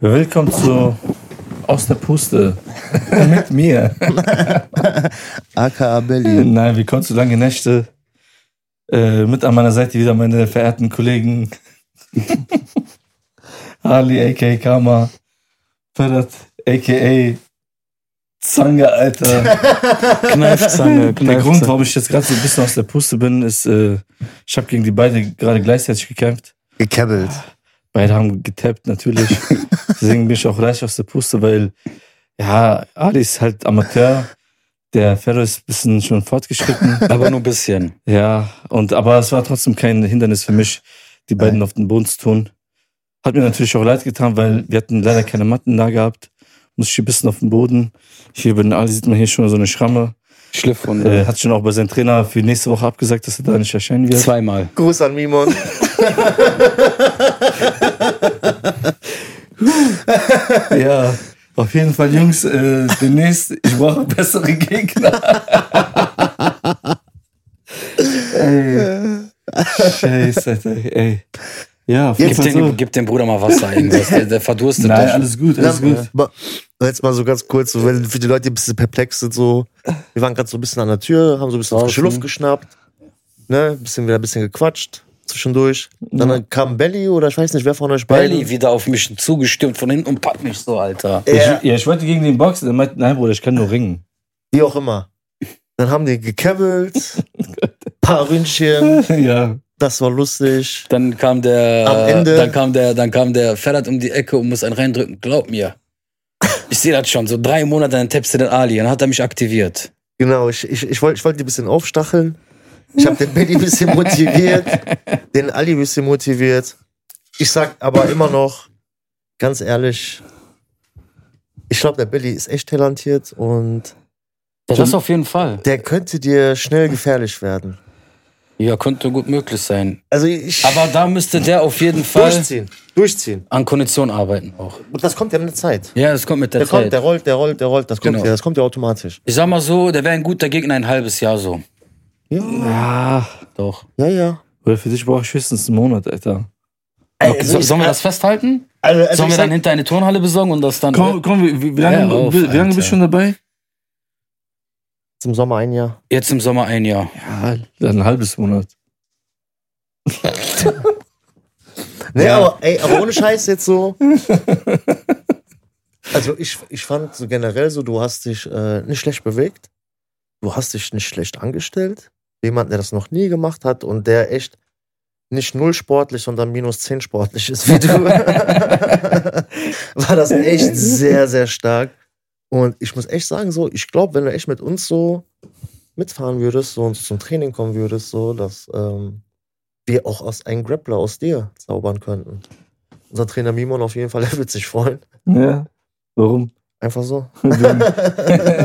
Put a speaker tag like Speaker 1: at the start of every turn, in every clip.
Speaker 1: Willkommen zu Aus der Puste mit mir.
Speaker 2: aka
Speaker 3: Hm.
Speaker 2: Berlin.
Speaker 1: Nein, wie konntest du lange Nächte? Äh, mit an meiner Seite wieder meine verehrten Kollegen Harley aka Kama, Ferhat aka Zange, Alter. Der
Speaker 3: Kneifzange,
Speaker 1: Grund,
Speaker 3: Kneifzange.
Speaker 1: warum ich jetzt gerade so ein bisschen aus der Puste bin, ist, äh, ich habe gegen die beiden gerade gleichzeitig gekämpft.
Speaker 2: Gekebbelt.
Speaker 1: Beide haben getappt natürlich. Deswegen bin ich auch reich aus der Puste, weil ja, Ali ist halt Amateur. Der Ferro ist ein bisschen schon fortgeschritten.
Speaker 3: Aber nur ein bisschen.
Speaker 1: Ja, und aber es war trotzdem kein Hindernis für mich, die beiden auf den Boden zu tun. Hat mir natürlich auch leid getan, weil wir hatten leider keine Matten da gehabt. Muss ich hier ein bisschen auf den Boden. Hier bei den Ali sieht man hier schon so eine Schramme.
Speaker 3: Schliff und
Speaker 1: Äh, hat schon auch bei seinem Trainer für nächste Woche abgesagt, dass er da nicht erscheinen wird.
Speaker 3: zweimal.
Speaker 2: Gruß an Mimon.
Speaker 1: Ja, auf jeden Fall, Jungs, äh, demnächst, ich brauche bessere Gegner. ey. Scheiße, Alter, ey. Ja, auf jeden
Speaker 3: Gib
Speaker 1: Fall so.
Speaker 3: dem, gib dem Bruder mal Wasser, irgendwas. Der, der verdurstet.
Speaker 1: Nein,
Speaker 3: doch.
Speaker 1: alles gut, alles gut.
Speaker 2: Ma- Jetzt mal so ganz kurz, so wenn für die Leute, die ein bisschen perplex sind, so, wir waren gerade so ein bisschen an der Tür, haben so ein bisschen frische Luft geschnappt, ne, ein bisschen wieder ein bisschen gequatscht zwischendurch. Dann kam Belly oder ich weiß nicht, wer von euch beiden.
Speaker 3: Belly wieder auf mich zugestimmt von hinten und packt mich so, Alter.
Speaker 2: Ja,
Speaker 1: Ich, ja, ich wollte gegen den boxen. Er meinte, nein, Bruder, ich kann nur ringen.
Speaker 2: wie auch immer. Dann haben die gekebbelt, paar Ründchen,
Speaker 1: ja.
Speaker 2: das war lustig.
Speaker 3: Dann kam der,
Speaker 2: Am Ende-
Speaker 3: dann kam der, dann kam der Ferrat um die Ecke und muss einen reindrücken. Glaub mir. Ich sehe das schon. So drei Monate, dann tappst du den Ali. Dann hat er mich aktiviert.
Speaker 2: Genau, ich, ich, ich wollte ich wollte die ein bisschen aufstacheln. Ich habe den Benny ein bisschen motiviert, den Ali ein bisschen motiviert. Ich sag aber immer noch, ganz ehrlich, ich glaube, der Billy ist echt talentiert und
Speaker 3: Das auf jeden Fall.
Speaker 2: der könnte dir schnell gefährlich werden.
Speaker 3: Ja, könnte gut möglich sein.
Speaker 2: Also ich
Speaker 3: Aber da müsste der auf jeden Fall
Speaker 2: durchziehen, durchziehen.
Speaker 3: an Kondition arbeiten auch.
Speaker 2: Und das kommt ja mit der Zeit.
Speaker 3: Ja, das kommt mit der,
Speaker 2: Der
Speaker 3: Zeit.
Speaker 2: kommt, der rollt, der rollt, der rollt, das kommt
Speaker 3: Genau.
Speaker 2: ja, das kommt ja automatisch.
Speaker 3: ich sag mal so, der wäre ein guter Gegner ein halbes Jahr so.
Speaker 2: Ja,
Speaker 1: Ja.
Speaker 3: Doch.
Speaker 2: ja, ja.
Speaker 1: Bruder, für dich brauche ich höchstens einen Monat, Alter.
Speaker 3: Okay, so, sollen wir das festhalten?
Speaker 2: Also, also
Speaker 3: sollen
Speaker 2: ich
Speaker 3: wir dann
Speaker 2: sag,
Speaker 3: hinter eine Turnhalle besorgen und das dann.
Speaker 1: Komm, komm, wie, wie, wie
Speaker 3: Ja,
Speaker 1: lange,
Speaker 3: auf,
Speaker 1: wie, wie lange
Speaker 3: Alter.
Speaker 1: bist du schon dabei?
Speaker 2: zum Sommer ein Jahr.
Speaker 3: Jetzt im Sommer ein Jahr.
Speaker 1: Ja, ein halbes Monat.
Speaker 2: Nee, Ne, aber, ey, aber ohne Scheiß jetzt so. Also ich, ich fand so generell so, du hast dich äh, nicht schlecht bewegt. Du hast dich nicht schlecht angestellt. Jemand, der das noch nie gemacht hat und der echt nicht null sportlich, sondern minus zehn sportlich ist wie du, war das echt sehr, sehr stark. Und ich muss echt sagen, so, ich glaube, wenn du echt mit uns so mitfahren würdest, so uns zum Training kommen würdest, so, dass ähm, wir auch aus einem Grappler aus dir zaubern könnten. Unser Trainer Mimon auf jeden Fall, er wird sich freuen.
Speaker 1: Ja. Warum?
Speaker 2: Einfach so.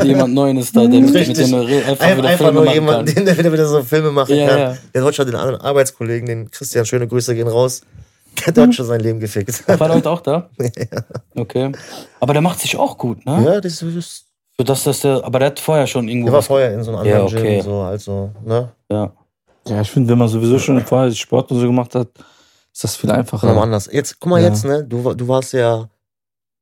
Speaker 3: Jemand Neuen ist da, der mit, mit
Speaker 2: Mhm. Richtig.
Speaker 3: dem er re- einfach
Speaker 2: Ein,
Speaker 3: wieder
Speaker 2: einfach
Speaker 3: Filme
Speaker 2: nur
Speaker 3: machen
Speaker 2: jemand,
Speaker 3: kann.
Speaker 2: den, der wieder so Filme machen
Speaker 3: Ja,
Speaker 2: kann.
Speaker 3: ja.
Speaker 2: Der Deutsche hat den anderen Arbeitskollegen, den Christian, schöne Grüße gehen raus. Der Deutsche hat sein Leben gefickt.
Speaker 3: War der heute auch da? Okay. Aber der macht sich auch gut, ne?
Speaker 2: Ja, das ist.
Speaker 3: So, dass das der, aber der hat vorher schon irgendwo
Speaker 2: Der war
Speaker 3: was.
Speaker 2: vorher in so einem anderen
Speaker 3: Ja, okay.
Speaker 2: Gym. So, also, ne?
Speaker 3: Ja.
Speaker 1: Ja, ich finde, wenn man sowieso schon vorher Sport und so gemacht hat, ist das viel einfacher.
Speaker 2: Nochmal anders. Jetzt, guck mal
Speaker 1: Ja.
Speaker 2: jetzt, ne? Du, wa- du warst ja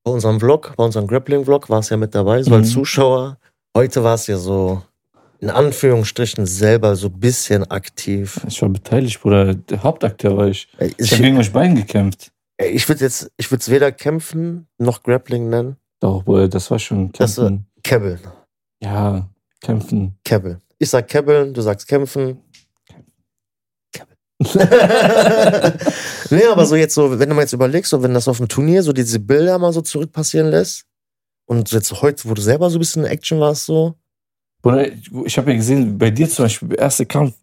Speaker 2: bei unserem Vlog, bei unserem Grappling-Vlog, warst ja mit dabei, so als
Speaker 1: Mhm.
Speaker 2: Zuschauer. Heute warst ja so, in Anführungsstrichen, selber so ein bisschen aktiv.
Speaker 1: Ich war beteiligt, Bruder. Der Hauptakteur war ich.
Speaker 2: Ey,
Speaker 1: Ich
Speaker 2: Äh, Ich,
Speaker 1: habe gegen euch beiden gekämpft.
Speaker 2: ey, ich würde jetzt, ich würde es weder kämpfen noch Grappling nennen.
Speaker 1: Doch, Bruder, das war schon
Speaker 2: Das war-
Speaker 1: Kämpfen.
Speaker 2: Kebbeln.
Speaker 1: ja, Kämpfen.
Speaker 2: Kebbeln. Ich sag kebbeln, du sagst kämpfen. nee, aber so jetzt so, wenn du mal jetzt überlegst, so wenn das auf dem Turnier so diese Bilder mal so zurückpassieren lässt und jetzt so heute, wo du selber so ein bisschen in Action warst, so.
Speaker 1: Bruder, ich- ich habe ja gesehen, bei dir zum Beispiel, der erste Kampf,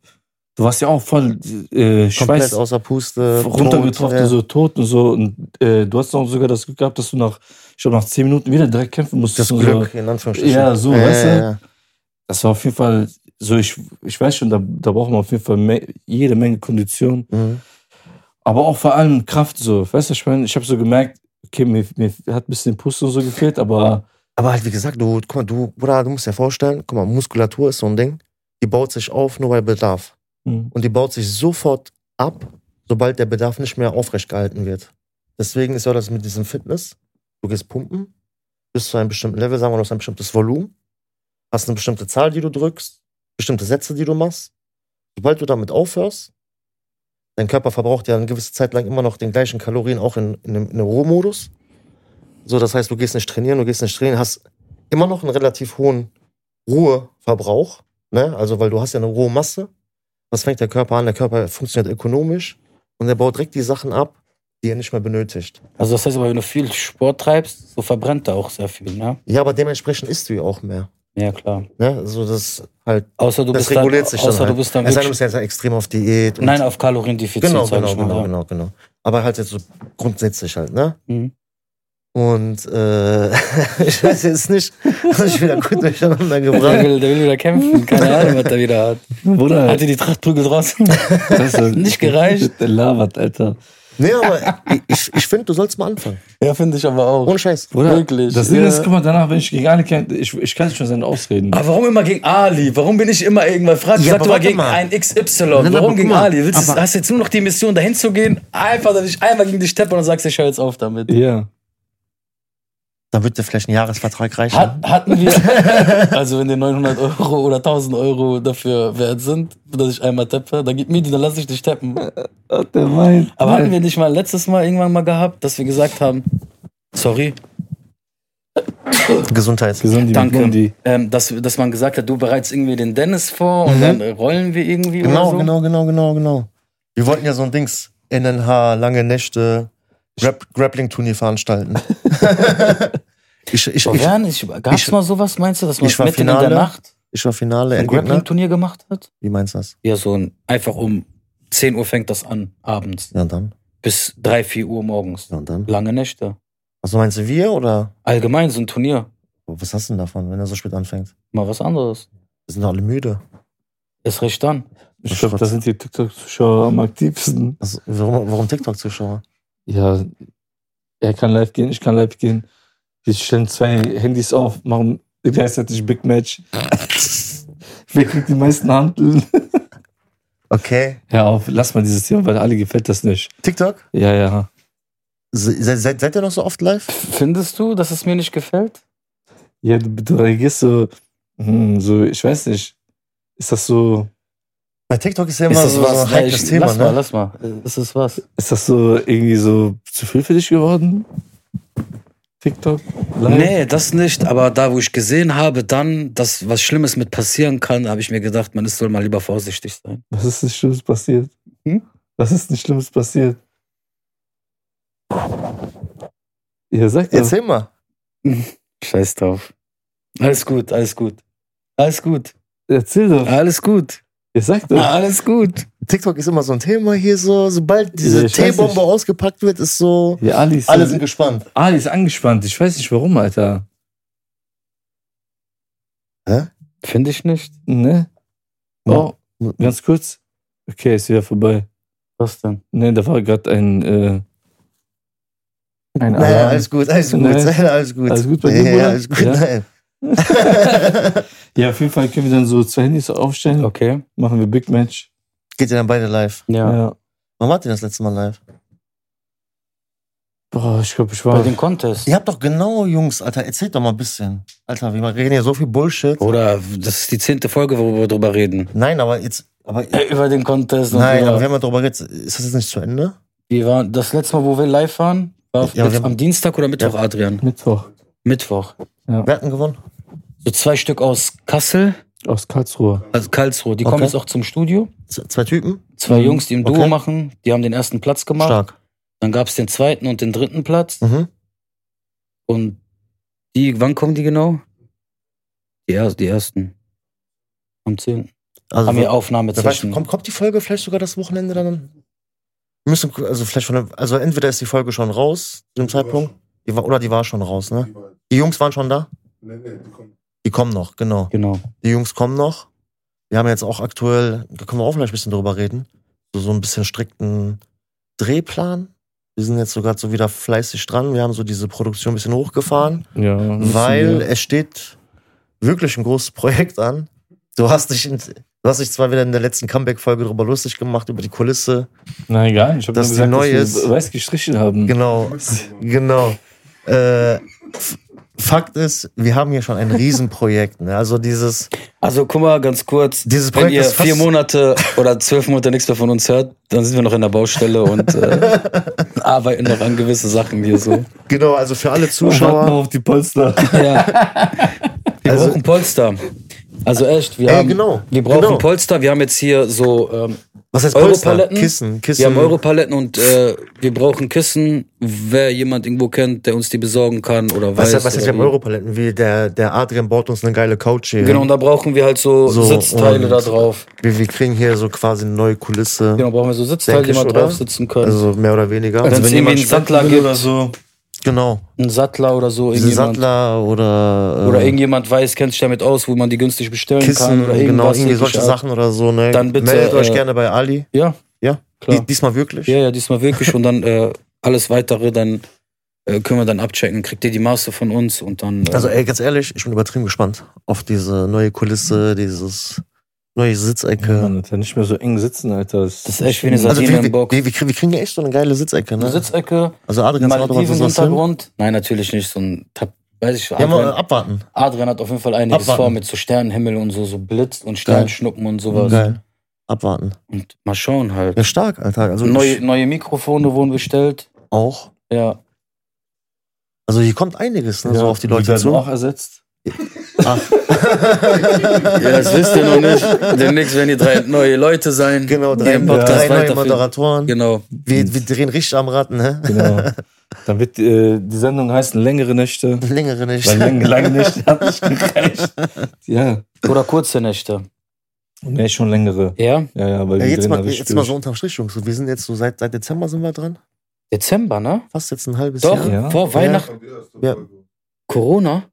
Speaker 1: du warst ja auch voll äh,
Speaker 2: komplett
Speaker 1: Schweiß
Speaker 2: außer Puste,
Speaker 1: runtergetroffen,
Speaker 2: tot, ja.
Speaker 1: so tot und so. Und äh, du hast auch sogar das Glück gehabt, dass du nach, ich glaube, nach zehn Minuten wieder direkt kämpfen musstest.
Speaker 2: das
Speaker 1: und
Speaker 2: Glück
Speaker 1: So.
Speaker 2: in Anführungsstrichen.
Speaker 1: Ja, so,
Speaker 2: ja,
Speaker 1: weißt du?
Speaker 2: ja, ja.
Speaker 1: Das war auf jeden Fall so, ich, ich weiß schon, da, da braucht man auf jeden Fall me jede Menge Kondition.
Speaker 2: Mhm.
Speaker 1: Aber auch vor allem Kraft so. Weißt du, ich meine, ich habe so gemerkt, okay, mir, mir hat ein bisschen Puste und so gefehlt, aber
Speaker 2: Aber halt wie gesagt, du, guck mal, du, Bruder, du musst dir vorstellen, guck mal, Muskulatur ist so ein Ding, die baut sich auf nur bei Bedarf.
Speaker 1: mh,
Speaker 2: und die baut sich sofort ab, sobald der Bedarf nicht mehr aufrecht gehalten wird. Deswegen ist ja das mit diesem Fitness Du gehst pumpen, bis zu einem bestimmten Level, sagen wir, du hast ein bestimmtes Volumen, hast eine bestimmte Zahl, die du drückst, bestimmte Sätze, die du machst. Sobald du damit aufhörst, dein Körper verbraucht ja eine gewisse Zeit lang immer noch den gleichen Kalorien, auch in, in, dem, in dem Rohmodus. So, das heißt, du gehst nicht trainieren, du gehst nicht trainieren, hast immer noch einen relativ hohen Ruheverbrauch, ne? Also, weil du hast ja eine rohe Masse. Was fängt der Körper an? Der Körper funktioniert ökonomisch und er baut direkt die Sachen ab, die er nicht mehr benötigt.
Speaker 3: Also das heißt aber, wenn du viel Sport treibst, so verbrennt er auch sehr viel, ne?
Speaker 2: Ja, aber dementsprechend isst du ja auch mehr.
Speaker 3: Ja, klar.
Speaker 2: Ne? Also das halt,
Speaker 3: Außer du
Speaker 2: das
Speaker 3: bist
Speaker 2: reguliert
Speaker 3: dann,
Speaker 2: sich
Speaker 3: außer
Speaker 2: dann halt.
Speaker 3: du bist dann
Speaker 2: es sei denn, du
Speaker 3: wirklich,
Speaker 2: bist jetzt extrem auf Diät. Und
Speaker 3: Nein, auf Kaloriendefizit,
Speaker 2: genau,
Speaker 3: sag
Speaker 2: genau,
Speaker 3: ich mal.
Speaker 2: genau,
Speaker 3: ja.
Speaker 2: genau, genau. Aber halt jetzt so grundsätzlich halt, ne?
Speaker 3: Mhm.
Speaker 2: Und äh, ich weiß jetzt nicht, was ich wieder gut durcheinander
Speaker 3: Der,
Speaker 2: gebracht
Speaker 3: will, der will wieder kämpfen, keine Ahnung, was er wieder hat.
Speaker 1: Bruder,
Speaker 3: Hat dir die Trachtprügel draußen?
Speaker 1: das ist
Speaker 3: nicht gereicht?
Speaker 1: Der labert, Alter.
Speaker 2: Nee, aber ich, ich finde, du sollst mal anfangen.
Speaker 3: ja, finde ich aber auch.
Speaker 2: Ohne Scheiß.
Speaker 1: Bruder,
Speaker 3: Wirklich,
Speaker 1: Das Ding
Speaker 3: ja.
Speaker 1: ist, guck mal, danach, wenn ich gegen alle kämpfe, ich, ich kann nicht schon seine Ausreden.
Speaker 3: Aber warum immer gegen Ali? Warum bin ich immer irgendwann fragt?
Speaker 2: Ja,
Speaker 3: Sag
Speaker 2: aber
Speaker 3: doch mal
Speaker 2: warte
Speaker 3: gegen
Speaker 2: mal.
Speaker 3: ein XY.
Speaker 2: Nein, aber
Speaker 3: warum
Speaker 2: guck
Speaker 3: gegen
Speaker 2: mal,
Speaker 3: Ali? Willst du,
Speaker 2: aber-
Speaker 3: hast jetzt nur noch die Mission, dahin zu gehen? Einfach, dass ich einmal gegen dich steppe und dann sagst du, ich höre jetzt auf damit.
Speaker 1: Ja.
Speaker 2: Dann wird dir vielleicht ein Jahresvertrag reichen.
Speaker 3: Hat, hatten wir, also wenn dir 900 Euro oder 1000 Euro dafür wert sind, dass ich einmal teppe, dann gib mir die, dann lass ich dich teppen.
Speaker 1: Hat der meint.
Speaker 3: Aber hatten wir nicht mal letztes Mal irgendwann mal gehabt, dass wir gesagt haben, sorry,
Speaker 2: Gesundheit.
Speaker 3: Genau,
Speaker 1: Gesundi,
Speaker 3: danke,
Speaker 1: Danke.
Speaker 3: ähm, dass, dass man gesagt hat, du bereitest irgendwie den Dennis vor und
Speaker 2: Mhm.
Speaker 3: dann äh, rollen wir irgendwie
Speaker 2: Genau,
Speaker 3: oder so.
Speaker 2: genau, genau, genau, genau. Wir wollten ja so ein Dings, NNH, lange Nächte, Grap Grappling-Turnier veranstalten. ich, ich,
Speaker 3: Boah,
Speaker 2: ich,
Speaker 3: Jan, ich, gab's
Speaker 2: ich-
Speaker 3: mal sowas, meinst du, dass man
Speaker 2: ich war
Speaker 3: mitten in
Speaker 2: Finale. ne?
Speaker 3: der Nacht
Speaker 2: ich war Finale,
Speaker 3: ein
Speaker 2: Endgegner.
Speaker 3: Grappling-Turnier gemacht hat?
Speaker 2: Wie meinst du das?
Speaker 3: Ja, so ein, einfach um 10 Uhr fängt das an, abends,
Speaker 2: Ja, und dann.
Speaker 3: bis 3, 4 Uhr morgens.
Speaker 2: Ja, und dann.
Speaker 3: Lange Nächte.
Speaker 2: Also meinst du wir oder
Speaker 3: Allgemein so ein Turnier.
Speaker 2: was hast du denn davon, wenn er so spät anfängt?
Speaker 3: Mal was anderes.
Speaker 2: Wir sind doch alle müde.
Speaker 3: Ist recht an.
Speaker 1: Ich glaube, das sind die TikTok-Zuschauer am aktivsten.
Speaker 2: Also, warum warum TikTok-Zuschauer?
Speaker 1: Ja, er kann live gehen, ich kann live gehen. Wir stellen zwei Handys auf, machen gleichzeitig Big Match. Wer kriegt die meisten Handeln?
Speaker 2: Okay.
Speaker 1: Hör auf, lass mal dieses Thema, weil alle gefällt das nicht.
Speaker 2: TikTok?
Speaker 1: Ja, ja.
Speaker 2: Se, se, seid seid ihr noch so oft live?
Speaker 3: Findest du, dass es mir nicht gefällt?
Speaker 1: Ja, du, du reagierst so, hm, so, ich weiß nicht. Ist das so,
Speaker 2: Bei TikTok ist ja immer so, so ein
Speaker 3: Ja, ich-
Speaker 2: heikles Thema,
Speaker 3: lass mal,
Speaker 2: ne?
Speaker 3: lass mal. Äh, Ist es was?
Speaker 1: ist das so irgendwie so zu viel für dich geworden? TikTok? Live?
Speaker 3: Nee, das nicht. Aber da, wo ich gesehen habe, dann, dass was Schlimmes mit passieren kann, habe ich mir gedacht, man soll mal lieber vorsichtig sein.
Speaker 1: Was ist denn Schlimmes passiert?
Speaker 3: Hm?
Speaker 1: Was ist denn Schlimmes passiert? Ihr sagt das.
Speaker 2: Erzähl mal.
Speaker 3: Scheiß drauf. Alles gut, alles gut. Alles gut.
Speaker 1: Erzähl doch.
Speaker 3: Alles gut.
Speaker 1: Ihr sagt
Speaker 2: Ah.
Speaker 1: das.
Speaker 3: Alles gut.
Speaker 2: TikTok ist immer so ein Thema hier so. Sobald diese
Speaker 1: Ja, ich weiß
Speaker 2: T-Bombe
Speaker 1: nicht.
Speaker 2: ausgepackt wird, ist so.
Speaker 1: Ja, Ali ist,
Speaker 2: Alle sind gespannt.
Speaker 1: Ali ist angespannt. Ich weiß nicht warum, Alter.
Speaker 3: Finde ich nicht.
Speaker 1: Ne?
Speaker 2: Ja.
Speaker 1: Oh, ganz kurz. Okay, ist wieder vorbei.
Speaker 3: Was denn?
Speaker 1: Ne, da war gerade ein. Äh, ein
Speaker 2: Nein,
Speaker 1: Alarm.
Speaker 2: alles gut, alles gut,
Speaker 1: Nein.
Speaker 2: nein, alles gut.
Speaker 1: Alles gut bei dir,
Speaker 2: Ja,
Speaker 1: Bruder?
Speaker 2: Ja, alles gut,
Speaker 1: Ja?
Speaker 2: nein.
Speaker 1: Ja, auf jeden Fall können wir dann so zwei Handys aufstellen.
Speaker 3: Okay.
Speaker 1: Machen wir Big Match.
Speaker 2: Geht ihr dann beide live?
Speaker 3: Ja.
Speaker 2: Wann wart ihr das letzte Mal live?
Speaker 1: Boah, ich glaube, ich
Speaker 3: Bei
Speaker 1: war.
Speaker 3: dem Contest.
Speaker 2: Ihr habt doch genau, Jungs, Alter, erzählt doch mal ein bisschen. Alter, wir reden hier so viel Bullshit.
Speaker 3: Oder das ist die zehnte Folge, wo wir drüber reden.
Speaker 2: Nein, aber jetzt, aber,
Speaker 3: Über den Contest. Und
Speaker 2: nein,
Speaker 3: über,
Speaker 2: aber wir haben ja drüber geredet. Ist das jetzt nicht zu Ende?
Speaker 3: wir waren, das letzte Mal, wo wir live waren, war auf,
Speaker 2: Ja, wir haben-
Speaker 3: am Dienstag oder Mittwoch, Adrian?
Speaker 1: Mittwoch
Speaker 3: Mittwoch.
Speaker 2: Wer hat denn gewonnen?
Speaker 3: So zwei Stück aus Kassel,
Speaker 1: aus Karlsruhe.
Speaker 3: also Karlsruhe. Die kommen
Speaker 2: Okay.
Speaker 3: jetzt auch zum Studio.
Speaker 2: Z zwei Typen?
Speaker 3: Zwei
Speaker 1: Mhm.
Speaker 3: Jungs, die im Duo
Speaker 2: Okay.
Speaker 3: machen, die haben den ersten Platz gemacht.
Speaker 2: Stark.
Speaker 3: Dann gab es den zweiten und den dritten Platz.
Speaker 2: Mhm.
Speaker 3: Und die, wann kommen die genau? Die, er, die ersten. Am 10.
Speaker 2: Also,
Speaker 3: haben wir Aufnahme
Speaker 2: wer weiß,
Speaker 3: zwischen.
Speaker 2: kommt, kommt die Folge vielleicht sogar das Wochenende dann? Wir müssen, gu- also vielleicht schon, also entweder ist die Folge schon raus zu dem Zeitpunkt, die war, oder die war schon raus, ne? Die Jungs waren schon da?
Speaker 4: Nee, nee, die kommen.
Speaker 2: Die kommen noch, genau.
Speaker 3: Genau.
Speaker 2: Die Jungs kommen noch. Wir haben jetzt auch aktuell, da können wir auch vielleicht ein bisschen drüber reden, so, so ein bisschen strikten Drehplan. Wir sind jetzt sogar so wieder fleißig dran. Wir haben so diese Produktion ein bisschen hochgefahren,
Speaker 1: Ja. müssen
Speaker 2: weil
Speaker 1: wir-
Speaker 2: es steht wirklich ein großes Projekt an. Du hast dich, in, du hast dich zwar wieder in der letzten Comeback-Folge drüber lustig gemacht, über die Kulisse.
Speaker 1: Nein, egal. Ich habe
Speaker 2: dass
Speaker 1: nur
Speaker 2: die
Speaker 1: gesagt,
Speaker 2: neu
Speaker 1: dass
Speaker 2: ist.
Speaker 1: wir weiß gestrichen haben.
Speaker 2: Genau, genau. Äh, Fakt ist, wir haben hier schon ein Riesenprojekt. Ne? Also dieses,
Speaker 3: Also guck mal, ganz kurz.
Speaker 2: Dieses
Speaker 3: wenn
Speaker 2: Projekt
Speaker 3: ihr
Speaker 2: ist fast-
Speaker 3: vier Monate oder zwölf Monate nichts mehr von uns hört, dann sind wir noch in der Baustelle und äh, arbeiten noch an gewisse Sachen hier so.
Speaker 2: genau, also für alle
Speaker 1: Schaut mal
Speaker 2: Zuschauer.
Speaker 1: auf die Polster.
Speaker 3: Ja. Wir
Speaker 2: Also-
Speaker 3: brauchen Polster. Also echt, wir
Speaker 2: Ey,
Speaker 3: haben,
Speaker 2: genau,
Speaker 3: wir brauchen
Speaker 2: genau.
Speaker 3: Polster. Wir haben jetzt hier so ähm,
Speaker 2: Was heißt Polster?
Speaker 3: Europaletten.
Speaker 2: Kissen, Kissen.
Speaker 3: Wir haben Europaletten und äh, wir brauchen Kissen. Wer jemand irgendwo kennt, der uns die besorgen kann oder
Speaker 2: was,
Speaker 3: weiß.
Speaker 2: was heißt,
Speaker 3: oder
Speaker 2: wir haben
Speaker 3: wie.
Speaker 2: Europaletten? Wie der, der Adrian baut uns eine geile Couch hier.
Speaker 3: Genau, und da brauchen wir halt so,
Speaker 2: So,
Speaker 3: Sitzteile
Speaker 2: und-
Speaker 3: da drauf.
Speaker 2: Wir, wir kriegen hier so quasi eine neue Kulisse.
Speaker 3: Genau, brauchen wir so Sitzteile, die
Speaker 2: Denke ich,
Speaker 3: man
Speaker 2: oder?
Speaker 3: drauf sitzen können.
Speaker 2: Also mehr oder weniger.
Speaker 3: Also-
Speaker 1: Also
Speaker 3: Wenn's
Speaker 1: wenn jemand
Speaker 3: irgendwie einen Sattler
Speaker 1: Sattler
Speaker 3: gibt.
Speaker 1: gibt oder so.
Speaker 2: genau.
Speaker 3: ein Sattler oder so.
Speaker 2: Diese
Speaker 3: Irgendjemand.
Speaker 2: Sattler oder, äh,
Speaker 3: Oder irgendjemand weiß, kennt sich damit aus, wo man die günstig bestellen kann.
Speaker 2: Kissen,
Speaker 3: Oder
Speaker 2: genau,
Speaker 3: irgendwas,
Speaker 2: irgendwie solche
Speaker 3: jegliche Art.
Speaker 2: Sachen oder so. Ne?
Speaker 3: Dann bitte,
Speaker 2: Meldet euch
Speaker 3: äh,
Speaker 2: gerne bei Ali.
Speaker 3: Ja,
Speaker 2: Ja,
Speaker 3: klar.
Speaker 2: Die, diesmal wirklich.
Speaker 3: Ja, ja, diesmal wirklich. Und dann äh, alles weitere, dann äh, können wir dann abchecken. Kriegt ihr die Maße von uns und dann. Äh,
Speaker 2: Also ey, ganz ehrlich, ich bin übertrieben gespannt auf diese neue Kulisse, dieses neue Sitzecke.
Speaker 1: Mann, Alter, nicht mehr so eng sitzen, Alter.
Speaker 3: Das ist echt wie eine
Speaker 2: also wir,
Speaker 3: Sardine
Speaker 2: wir,
Speaker 3: im Bock.
Speaker 2: wir, wir kriegen- wir kriegen ja echt so eine geile Sitzecke,
Speaker 3: Eine
Speaker 2: ne?
Speaker 3: Sitzecke,
Speaker 2: also Adrian hat was was hin.
Speaker 3: Malediven-Hintergrund. Nein, natürlich nicht. So ein, Tab- weiß ich,
Speaker 2: Ja, mal äh,
Speaker 3: Adrian,
Speaker 2: abwarten.
Speaker 3: Adrian hat auf jeden Fall einiges
Speaker 2: Abwarten.
Speaker 3: vor mit so Sternenhimmel und so, so Blitz und Sternschnuppen und sowas.
Speaker 2: Geil. Abwarten.
Speaker 3: Und mal schauen halt.
Speaker 2: Ja, stark, Alter. Also
Speaker 3: Neue,
Speaker 2: ich
Speaker 3: neue Mikrofone wurden bestellt.
Speaker 2: auch.
Speaker 3: Ja.
Speaker 2: Also hier kommt einiges ne, so auf die Leute
Speaker 1: werden
Speaker 2: zu.
Speaker 1: auch ersetzt.
Speaker 2: Ach,
Speaker 3: ja, das wisst ihr noch nicht. Demnächst werden die drei neue Leute sein.
Speaker 2: genau,
Speaker 3: die
Speaker 2: drei,
Speaker 3: den Podcast
Speaker 2: drei neue
Speaker 3: weiterführen.
Speaker 2: Moderatoren.
Speaker 3: Genau.
Speaker 2: Wir, wir drehen richtig am Rad, ne?
Speaker 1: Genau. Dann wird äh, die Sendung heißen Längere Nächte.
Speaker 2: Längere nicht.
Speaker 1: Weil lang, lange Nächte hat nicht gereicht. Ja.
Speaker 3: Oder kurze Nächte.
Speaker 1: Nee, schon längere.
Speaker 3: Ja.
Speaker 1: Ja, ja, weil
Speaker 2: Ja,
Speaker 1: wir
Speaker 2: jetzt
Speaker 1: drehen
Speaker 2: mal,
Speaker 1: da
Speaker 3: also
Speaker 1: richtig
Speaker 2: jetzt mal so
Speaker 1: durch.
Speaker 2: unterm Strich, Jungs. Wir sind jetzt so seit, seit Dezember sind wir dran.
Speaker 3: Dezember, ne?
Speaker 2: Fast jetzt ein halbes
Speaker 3: Doch,
Speaker 2: Jahr.
Speaker 1: Ja.
Speaker 3: vor Weihnachten.
Speaker 2: Ja.
Speaker 3: Corona?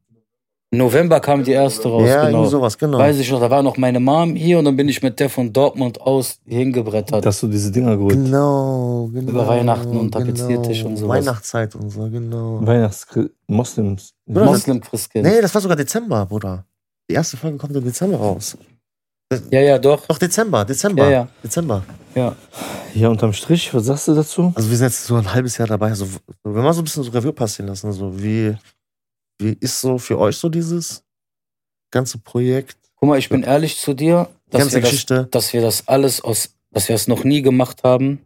Speaker 3: November kam die erste raus,
Speaker 2: ja,
Speaker 3: genau.
Speaker 2: irgendwie sowas, genau.
Speaker 3: Weiß ich noch, da war noch meine Mom hier und dann bin ich mit der von Dortmund aus hingebrettert.
Speaker 1: Dass du diese Dinger geholt.
Speaker 2: Genau, genau.
Speaker 3: Über Weihnachten und Tapeziertisch und sowas.
Speaker 2: Weihnachtszeit und so, genau.
Speaker 1: Weihnachts Moslems.
Speaker 2: Oder das-
Speaker 3: Moslem Christkind.
Speaker 2: Nee, das war sogar Dezember, Bruder. Die erste Folge kommt im Dezember raus.
Speaker 3: Ja, ja, doch.
Speaker 2: Doch, Dezember, Dezember.
Speaker 3: Ja, ja.
Speaker 2: Dezember.
Speaker 1: Ja, unterm Strich, was sagst du dazu?
Speaker 2: Also wir sind jetzt so ein halbes Jahr dabei. Also, wenn wir so ein bisschen so Revue passieren lassen, so wie, wie ist so für euch so dieses ganze Projekt,
Speaker 3: Guck mal, ich bin ehrlich zu dir,
Speaker 2: die
Speaker 3: dass
Speaker 2: ganze
Speaker 3: wir, das,
Speaker 2: Geschichte?
Speaker 3: dass wir das alles aus, dass wir es noch nie gemacht haben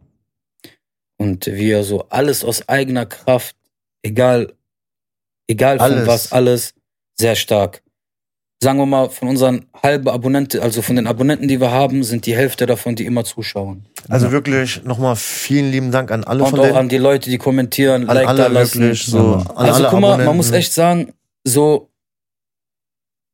Speaker 3: und wir so alles aus eigener Kraft, egal, egal von
Speaker 2: Alles.
Speaker 3: was, alles sehr stark. Sagen wir mal, von unseren halben Abonnenten, also von den Abonnenten, die wir haben, sind die Hälfte davon, die immer zuschauen.
Speaker 2: Also
Speaker 1: Ja.
Speaker 2: wirklich nochmal vielen lieben Dank an alle
Speaker 3: Und
Speaker 2: von
Speaker 3: auch
Speaker 2: denen.
Speaker 3: an die Leute, die kommentieren,
Speaker 2: an
Speaker 3: Like da
Speaker 2: alle
Speaker 3: lassen.
Speaker 2: wirklich. So,
Speaker 1: Mhm.
Speaker 2: an
Speaker 3: also
Speaker 2: alle
Speaker 3: guck mal, man
Speaker 2: Abonnenten.
Speaker 3: muss echt sagen, so,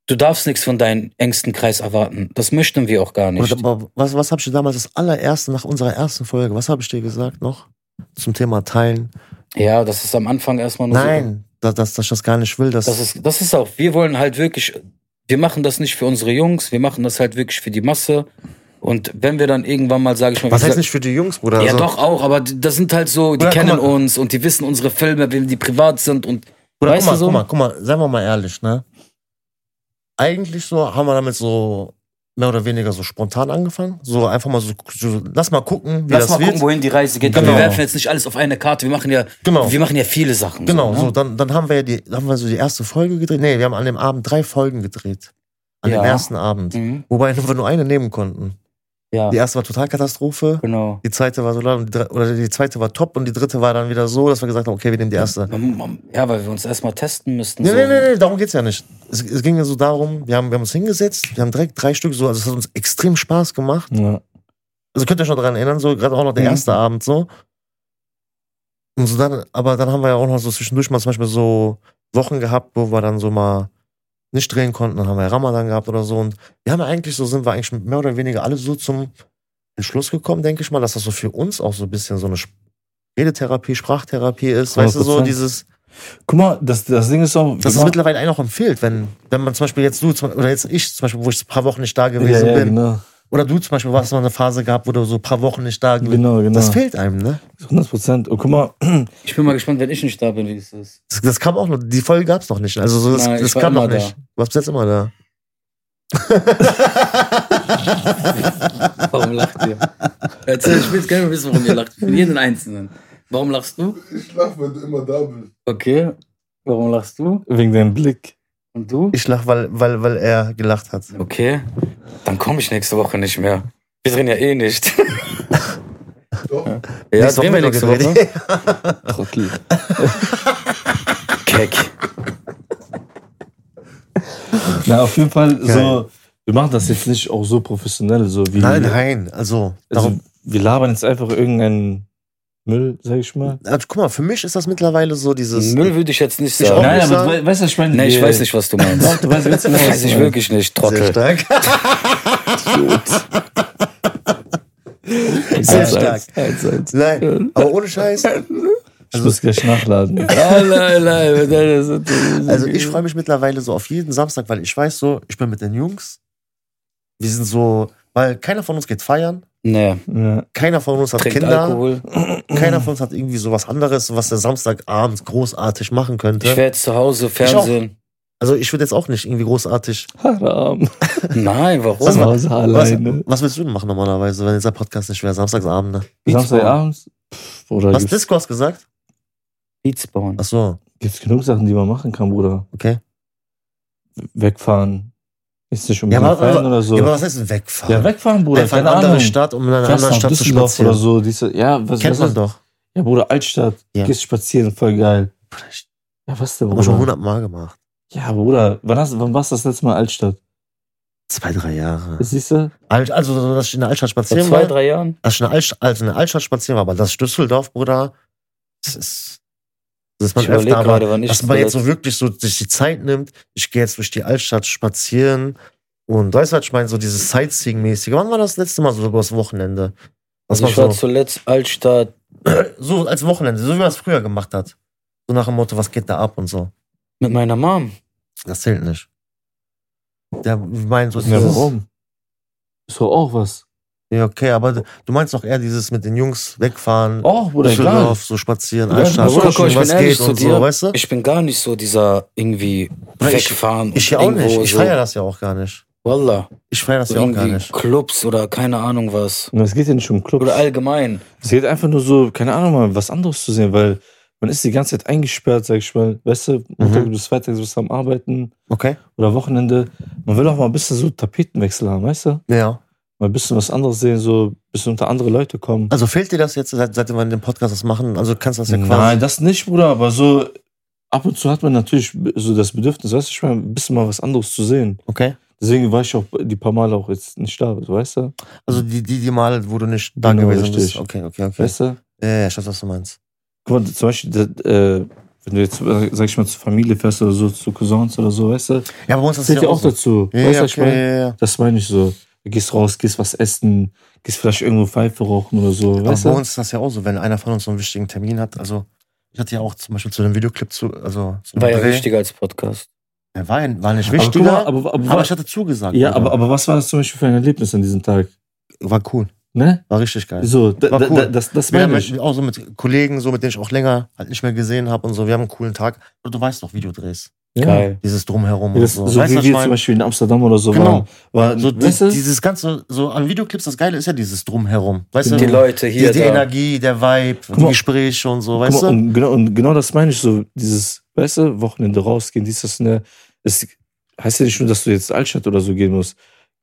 Speaker 3: du darfst nichts von deinem engsten Kreis erwarten. Das möchten wir auch gar nicht.
Speaker 2: Und, aber was, was habe ich dir damals das allererste, nach unserer ersten Folge, was habe ich dir gesagt noch? Zum Thema Teilen.
Speaker 3: Ja, das ist am Anfang erstmal nur so.
Speaker 2: Nein, dass, dass, dass ich das gar nicht will. Dass,
Speaker 3: Das ist, das ist auch, wir wollen halt wirklich, wir machen das nicht für unsere Jungs, wir machen das halt wirklich für die Masse. Und wenn wir dann irgendwann mal, sage ich mal,
Speaker 2: was
Speaker 3: wie
Speaker 2: heißt
Speaker 3: gesagt-
Speaker 2: nicht für die Jungs, Bruder?
Speaker 3: ja
Speaker 2: Also,
Speaker 3: doch auch, aber die- das sind halt so, die
Speaker 2: Bruder, guck
Speaker 3: kennen
Speaker 2: mal.
Speaker 3: uns und die wissen unsere Filme, wenn die privat sind und
Speaker 2: Bruder,
Speaker 3: weißt
Speaker 2: guck, mal,
Speaker 3: du so?
Speaker 2: guck mal, guck mal, seien wir mal ehrlich, ne? Eigentlich so haben wir damit so mehr oder weniger so spontan angefangen. So einfach mal so, so lass mal gucken, wie
Speaker 3: lass
Speaker 2: das
Speaker 3: mal
Speaker 2: wird.
Speaker 3: gucken, wohin die Reise geht.
Speaker 2: Genau.
Speaker 3: Wir werfen jetzt nicht alles auf eine Karte, wir machen ja,
Speaker 2: genau.
Speaker 3: wir machen ja viele Sachen.
Speaker 2: Genau,
Speaker 3: so,
Speaker 2: so,
Speaker 3: ne?
Speaker 2: dann, dann haben wir ja die, haben wir so die erste Folge gedreht. Nee, wir haben an dem Abend drei Folgen gedreht. An
Speaker 3: Ja.
Speaker 2: dem ersten Abend.
Speaker 3: Mhm.
Speaker 2: Wobei wir nur eine nehmen konnten.
Speaker 3: Ja,
Speaker 2: Die erste war Totalkatastrophe,
Speaker 3: genau.
Speaker 2: die zweite war so lang, und die dr- oder die zweite war top und die dritte war dann wieder so, dass wir gesagt haben, okay, wir nehmen die erste.
Speaker 3: Man- man- Ja, weil wir uns erstmal testen müssten.
Speaker 2: Nee,
Speaker 3: so.
Speaker 2: nee, nee, nee, darum geht's ja nicht. Es, es ging ja so darum, wir haben, wir haben uns hingesetzt, wir haben direkt drei Stück so, also es hat uns extrem Spaß gemacht.
Speaker 1: Ja.
Speaker 2: Also könnt ihr euch noch daran erinnern, so gerade auch noch der
Speaker 1: Mhm.
Speaker 2: erste Abend so. Und so dann, aber dann haben wir ja auch noch so zwischendurch mal zum Beispiel so Wochen gehabt, wo wir dann so mal nicht drehen konnten, dann haben wir ja Ramadan gehabt oder so. Und wir haben ja eigentlich so, sind wir eigentlich mehr oder weniger alle so zum Entschluss gekommen, denke ich mal, dass das so für uns auch so ein bisschen so eine Sp- Redetherapie, Sprachtherapie ist. Weißt du, so
Speaker 1: 100%.
Speaker 2: dieses,
Speaker 1: Guck mal, das, das Ding ist auch.
Speaker 2: dass es
Speaker 1: Guck mal-
Speaker 2: mittlerweile einen auch empfiehlt, wenn, wenn man zum Beispiel jetzt du zum, oder jetzt ich zum Beispiel, wo ich ein paar Wochen nicht da gewesen
Speaker 1: ja, ja,
Speaker 2: bin.
Speaker 1: Genau,
Speaker 2: Oder du zum Beispiel, warst mal eine Phase gehabt, wo du so ein paar Wochen nicht da gewesen
Speaker 1: genau. genau.
Speaker 2: das fehlt einem, ne?
Speaker 1: 100 Prozent. Und guck mal,
Speaker 3: Ich bin mal gespannt, wenn ich nicht da bin, wie es ist.
Speaker 2: Das, das kam auch noch, die Folge gab's noch nicht. Also so, das,
Speaker 3: Nein, ich
Speaker 2: das
Speaker 3: war
Speaker 2: kam noch
Speaker 3: immer da.
Speaker 2: nicht. Du warst bis jetzt immer da.
Speaker 3: Warum lacht ihr? Erzähl, ich will jetzt gerne wissen, warum ihr lacht. Für jeden Einzelnen. Warum lachst du?
Speaker 4: Ich lach, wenn du immer da bist.
Speaker 3: Okay.
Speaker 4: Warum lachst du?
Speaker 1: Wegen deinem Blick.
Speaker 4: Und du?
Speaker 2: Ich lach, weil, weil, weil er gelacht hat.
Speaker 3: Okay, dann komme ich nächste Woche nicht mehr. Wir drehen ja eh nicht. ja,
Speaker 2: Nächste Woche
Speaker 3: drehen wir
Speaker 2: wird
Speaker 3: nächste
Speaker 2: noch
Speaker 3: Woche.
Speaker 2: gedreht.
Speaker 4: Trottel.
Speaker 3: Keck.
Speaker 1: Na, auf jeden Fall
Speaker 2: Geil.
Speaker 1: so. Wir machen das jetzt nicht auch so professionell, so wie.
Speaker 2: Nein, nein, also,
Speaker 1: Also,
Speaker 2: darum,
Speaker 1: wir labern jetzt einfach irgendeinen Müll, sag ich mal.
Speaker 2: also, guck mal, für mich ist das mittlerweile so dieses,
Speaker 3: Müll würde ich jetzt nicht
Speaker 2: Ich
Speaker 3: sagen.
Speaker 2: auch nicht.
Speaker 3: Nein,
Speaker 2: sagen-
Speaker 1: we- weißt du, was ich meine?
Speaker 3: nee, ich
Speaker 1: Wir-
Speaker 3: weiß nicht, was du meinst.
Speaker 1: Doch, du weißt ganz genau, was
Speaker 3: weiß
Speaker 1: du
Speaker 3: ich
Speaker 1: meinst.
Speaker 3: wirklich nicht,
Speaker 2: sehr
Speaker 3: Trottel.
Speaker 2: stark. Sehr stark. Nein, aber ohne Scheiß.
Speaker 1: Ich muss gleich nachladen.
Speaker 2: Also ich freue mich mittlerweile so auf jeden Samstag, weil ich weiß so, ich bin mit den Jungs. Wir sind so, weil keiner von uns geht feiern,
Speaker 3: Nee,
Speaker 1: Ja.
Speaker 2: keiner von uns hat
Speaker 3: trinkt
Speaker 2: Kinder,
Speaker 3: Alkohol.
Speaker 2: keiner von uns hat irgendwie so was anderes, was der Samstagabend großartig machen
Speaker 3: Ich
Speaker 2: könnte.
Speaker 3: werde zu Hause Fernsehen.
Speaker 2: also ich würde jetzt auch nicht irgendwie großartig.
Speaker 1: Haram.
Speaker 3: Nein, warum?
Speaker 2: Was
Speaker 1: Zu Hause
Speaker 2: Was,
Speaker 1: alleine.
Speaker 2: was willst du denn machen normalerweise, wenn jetzt der Podcast nicht wäre? Samstagsabend, ne?
Speaker 1: Samstagabends? Pff, Bruder,
Speaker 2: Was
Speaker 1: gibt's,
Speaker 2: Disco hast gesagt?
Speaker 3: Beats bauen.
Speaker 2: Ach so,
Speaker 1: gibt's genug Sachen, die man machen kann, Bruder.
Speaker 2: okay.
Speaker 1: Wegfahren. Ist nicht
Speaker 2: Ja,
Speaker 1: unbedingt
Speaker 2: aber,
Speaker 1: feiern oder so.
Speaker 2: ja, aber
Speaker 1: Ja,
Speaker 2: was heißt denn wegfahren?
Speaker 1: wegfahren, Bruder.
Speaker 2: Einfach in
Speaker 1: keine
Speaker 2: eine andere
Speaker 1: Ahnung.
Speaker 2: Stadt, um in einer
Speaker 1: Fährst
Speaker 2: anderen
Speaker 1: nach
Speaker 2: Stadt zu
Speaker 1: Düsseldorf
Speaker 2: spazieren.
Speaker 1: oder so. Diese, ja, was,
Speaker 2: Kennt
Speaker 1: was
Speaker 2: man doch.
Speaker 1: Ja, Bruder, Altstadt.
Speaker 2: Ja.
Speaker 1: Gehst spazieren, voll geil.
Speaker 2: Bruder, ich
Speaker 1: Ja, was denn,
Speaker 2: hab schon
Speaker 1: Bruder?
Speaker 2: 100 Mal gemacht.
Speaker 1: Ja, Bruder, wann, hast, wann warst du das letzte Mal Altstadt?
Speaker 2: Zwei, drei Jahre.
Speaker 1: Siehst du?
Speaker 2: Alt, also, so, dass ich in der Altstadt
Speaker 3: Vor
Speaker 2: spazieren
Speaker 3: zwei,
Speaker 2: war.
Speaker 3: drei Jahren?
Speaker 2: Dass ich in der Altstadt, also in der Altstadt spazieren war, aber das Düsseldorf, Bruder, das ist. Das ist man
Speaker 3: Ich überlege
Speaker 2: öfter, aber
Speaker 3: gerade, wann ich
Speaker 2: dass man jetzt so
Speaker 3: zuletzt-
Speaker 2: wirklich so sich die Zeit nimmt, ich gehe jetzt durch die Altstadt spazieren und weißt du, was ich meine, so dieses Sightseeing-mäßige. Wann war das letzte Mal so übers Wochenende?
Speaker 3: Also
Speaker 2: Dass man
Speaker 3: ich war
Speaker 2: so,
Speaker 3: zuletzt Altstadt.
Speaker 2: so als Wochenende, so wie man es früher gemacht hat. So nach dem Motto, was geht da ab und so.
Speaker 3: Mit meiner Mom.
Speaker 2: Das zählt nicht. Der, ich meine, so
Speaker 1: Ja,
Speaker 2: dieses-
Speaker 1: warum? Ist doch auch was.
Speaker 2: Ja, okay, aber d- du meinst doch eher dieses mit den Jungs wegfahren,
Speaker 3: Oh,
Speaker 1: Auch, Bruder, egal.
Speaker 2: Düsseldorf, so spazieren,
Speaker 1: Ja,
Speaker 2: Altstadt,
Speaker 1: Bruder,
Speaker 2: gucken,
Speaker 1: guck, ich
Speaker 3: bin
Speaker 2: was
Speaker 3: ehrlich
Speaker 2: geht
Speaker 3: zu
Speaker 2: und so,
Speaker 3: dir.
Speaker 2: weißt du?
Speaker 3: Ich bin gar nicht so dieser irgendwie
Speaker 2: Na, ich-
Speaker 3: wegfahren.
Speaker 2: Ich
Speaker 3: und
Speaker 2: ja auch
Speaker 3: irgendwo
Speaker 2: nicht. Ich
Speaker 3: so,
Speaker 2: feiere das ja auch gar nicht.
Speaker 3: Wallah.
Speaker 2: Ich feiere das
Speaker 3: So
Speaker 2: ja auch gar
Speaker 3: irgendwie
Speaker 2: nicht.
Speaker 3: Clubs oder keine Ahnung was.
Speaker 1: Und Es geht ja nicht um Clubs.
Speaker 3: Oder allgemein.
Speaker 1: Es geht einfach nur so, keine Ahnung mal, was anderes zu sehen, weil man ist die ganze Zeit eingesperrt, sag ich mal. Weißt du, Montag
Speaker 2: Mhm.
Speaker 1: bis Freitag bist du am Arbeiten
Speaker 2: Okay?
Speaker 1: oder Wochenende. Man will auch mal ein bisschen so Tapetenwechsel haben, weißt du?
Speaker 2: Ja.
Speaker 1: Mal ein bisschen was anderes sehen, so ein bisschen unter andere Leute kommen.
Speaker 2: Also fehlt dir das jetzt, seit, seit wir den Podcast das machen? Also kannst du das ja quasi.
Speaker 1: Nein, das nicht, Bruder, aber so ab und zu hat man natürlich so das Bedürfnis, weißt du, ich meine, ein bisschen mal was anderes zu sehen.
Speaker 2: Okay.
Speaker 1: Deswegen war ich auch die paar Mal auch jetzt nicht da, weißt du?
Speaker 2: Also die, die, die Mal, wo du nicht da
Speaker 1: Genau,
Speaker 2: gewesen bist.
Speaker 1: richtig.
Speaker 2: Okay, okay, okay.
Speaker 1: Weißt du?
Speaker 2: Ja, ja, ich weiß, was du meinst.
Speaker 1: Guck mal, zum Beispiel, das, äh, wenn du jetzt, äh, sag ich mal, zur Familie fährst oder so, zu Cousins oder so, weißt du?
Speaker 2: Ja, bei uns ist
Speaker 1: Das zählt ja auch
Speaker 2: so.
Speaker 1: dazu.
Speaker 2: Ja,
Speaker 1: weißt
Speaker 2: ja,
Speaker 1: du, was ich
Speaker 2: okay,
Speaker 1: meine?
Speaker 2: ja, ja.
Speaker 1: Das meine ich so. Du gehst raus, gehst was essen, gehst vielleicht irgendwo Pfeife rauchen oder so.
Speaker 2: Aber
Speaker 1: Weißt
Speaker 2: bei
Speaker 1: du?
Speaker 2: uns ist das ja auch so, wenn einer von uns so einen wichtigen Termin hat. Also, ich hatte ja auch zum Beispiel zu dem Videoclip zu. Also, zum
Speaker 3: War ja
Speaker 2: Dreh.
Speaker 3: wichtiger als Podcast.
Speaker 2: Der war, war nicht
Speaker 1: aber, guck
Speaker 2: wichtiger.
Speaker 1: mal, aber, aber,
Speaker 2: Aber ich hatte zugesagt.
Speaker 1: ja,
Speaker 2: Bruder.
Speaker 1: aber, aber was war das zum Beispiel für ein Erlebnis an diesem Tag?
Speaker 2: war cool.
Speaker 1: Ne?
Speaker 2: War richtig geil.
Speaker 1: So, da,
Speaker 2: War
Speaker 1: da,
Speaker 2: cool.
Speaker 1: da, das, das
Speaker 2: Wir haben
Speaker 1: meine ich.
Speaker 2: mit, auch so mit Kollegen, so mit denen ich auch länger halt nicht mehr gesehen habe und so. Wir haben einen coolen Tag. Und du weißt doch, Videodrehs.
Speaker 1: Ja.
Speaker 3: Geil.
Speaker 2: Dieses Drumherum
Speaker 1: Ja, Das,
Speaker 2: und so.
Speaker 1: so
Speaker 2: weißt
Speaker 1: wie
Speaker 2: du, was ich
Speaker 1: wir zum
Speaker 2: meine?
Speaker 1: Beispiel in Amsterdam oder so
Speaker 2: Genau.
Speaker 1: waren. War,
Speaker 2: So,
Speaker 1: weißt
Speaker 2: die,
Speaker 1: du?
Speaker 2: dieses ganze, so an Videoclips, das Geile ist ja dieses Drumherum. Weißt
Speaker 1: Genau.
Speaker 2: du,
Speaker 3: Die Leute
Speaker 2: die,
Speaker 3: hier,
Speaker 2: die
Speaker 3: da.
Speaker 2: Energie, der Vibe, die
Speaker 1: mal.
Speaker 2: Gespräche und so,
Speaker 1: Guck
Speaker 2: weißt
Speaker 1: mal,
Speaker 2: du?
Speaker 1: und, genau, und genau das meine ich so, dieses, weißt du, Wochenende rausgehen, dies, das, ne, es heißt ja nicht nur, dass du jetzt Altstadt oder so gehen musst.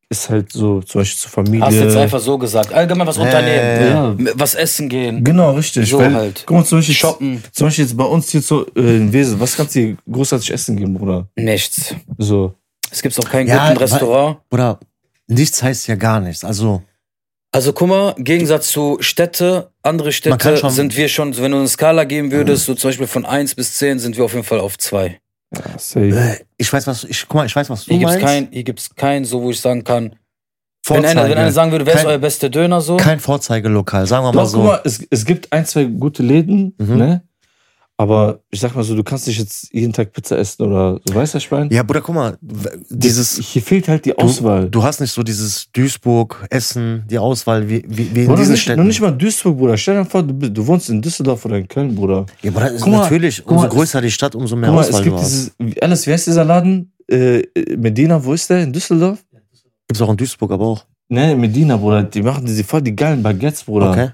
Speaker 1: Ist halt so, zum Beispiel zur Familie.
Speaker 3: Hast jetzt einfach so gesagt. Allgemein was
Speaker 2: Ja,
Speaker 3: unternehmen.
Speaker 1: ja.
Speaker 3: Was essen gehen.
Speaker 1: Genau, richtig.
Speaker 3: So
Speaker 1: weil,
Speaker 3: halt.
Speaker 1: Guck mal, zum Beispiel,
Speaker 3: Shoppen.
Speaker 1: zum Beispiel jetzt bei uns hier zu, äh, in Wesen, was kannst du hier großartig essen geben, Bruder?
Speaker 3: Nichts.
Speaker 1: So.
Speaker 3: Es gibt auch kein
Speaker 2: Ja,
Speaker 3: guten
Speaker 2: weil-
Speaker 3: Restaurant.
Speaker 2: Oder nichts heißt ja gar nichts. Also,
Speaker 3: Also guck mal, im Gegensatz zu Städte, andere
Speaker 2: Man kann
Speaker 3: Städte
Speaker 2: schon- Mhm.
Speaker 3: sind wir schon, wenn du eine Skala geben würdest, so zum Beispiel von 1 bis 10 sind wir auf jeden Fall auf 2.
Speaker 1: Safe.
Speaker 2: äh, ich weiß, was, ich, guck mal, ich weiß, was du
Speaker 3: Hier gibt's
Speaker 2: meinst.
Speaker 3: kein, hier gibt's kein, so wo ich sagen kann, wenn
Speaker 2: Vorzeige,
Speaker 3: einer, wenn einer sagen würde, wer ist
Speaker 2: Kein-
Speaker 3: euer bester Döner so?
Speaker 2: kein Vorzeigelokal, sagen wir mal
Speaker 1: Doch,
Speaker 2: so.
Speaker 1: guck mal, es, es gibt ein, zwei gute Läden,
Speaker 2: Mhm.
Speaker 1: ne? Aber ich sag mal so, du kannst nicht jetzt jeden Tag Pizza essen oder so, weißt du, was ich meine?
Speaker 2: Ja, Bruder, guck mal, w- dieses,
Speaker 1: Hier fehlt halt die Auswahl.
Speaker 2: Du hast nicht so dieses Duisburg, Essen, die Auswahl wie, wie, wie in
Speaker 1: Bruder,
Speaker 2: diesen
Speaker 1: nicht,
Speaker 2: Städten.
Speaker 1: Noch nicht mal Duisburg, Bruder. Stell dir vor, du, bist- du wohnst in Düsseldorf oder in Köln, Bruder.
Speaker 2: ja, aber das ist
Speaker 1: Guck mal,
Speaker 2: natürlich,
Speaker 1: guck
Speaker 2: umso
Speaker 1: mal, es-
Speaker 2: größer die Stadt, umso mehr
Speaker 1: Guck mal, es
Speaker 2: Auswahl
Speaker 1: gibt
Speaker 2: du hast.
Speaker 1: dieses, wie- Alice, wer ist dieser Laden? Äh, äh, Medina, wo ist der? In Düsseldorf?
Speaker 2: Gibt's auch in Duisburg, aber auch.
Speaker 1: Ne, Medina, Bruder. Die machen diese voll die geilen Baguettes, Bruder.
Speaker 2: Okay.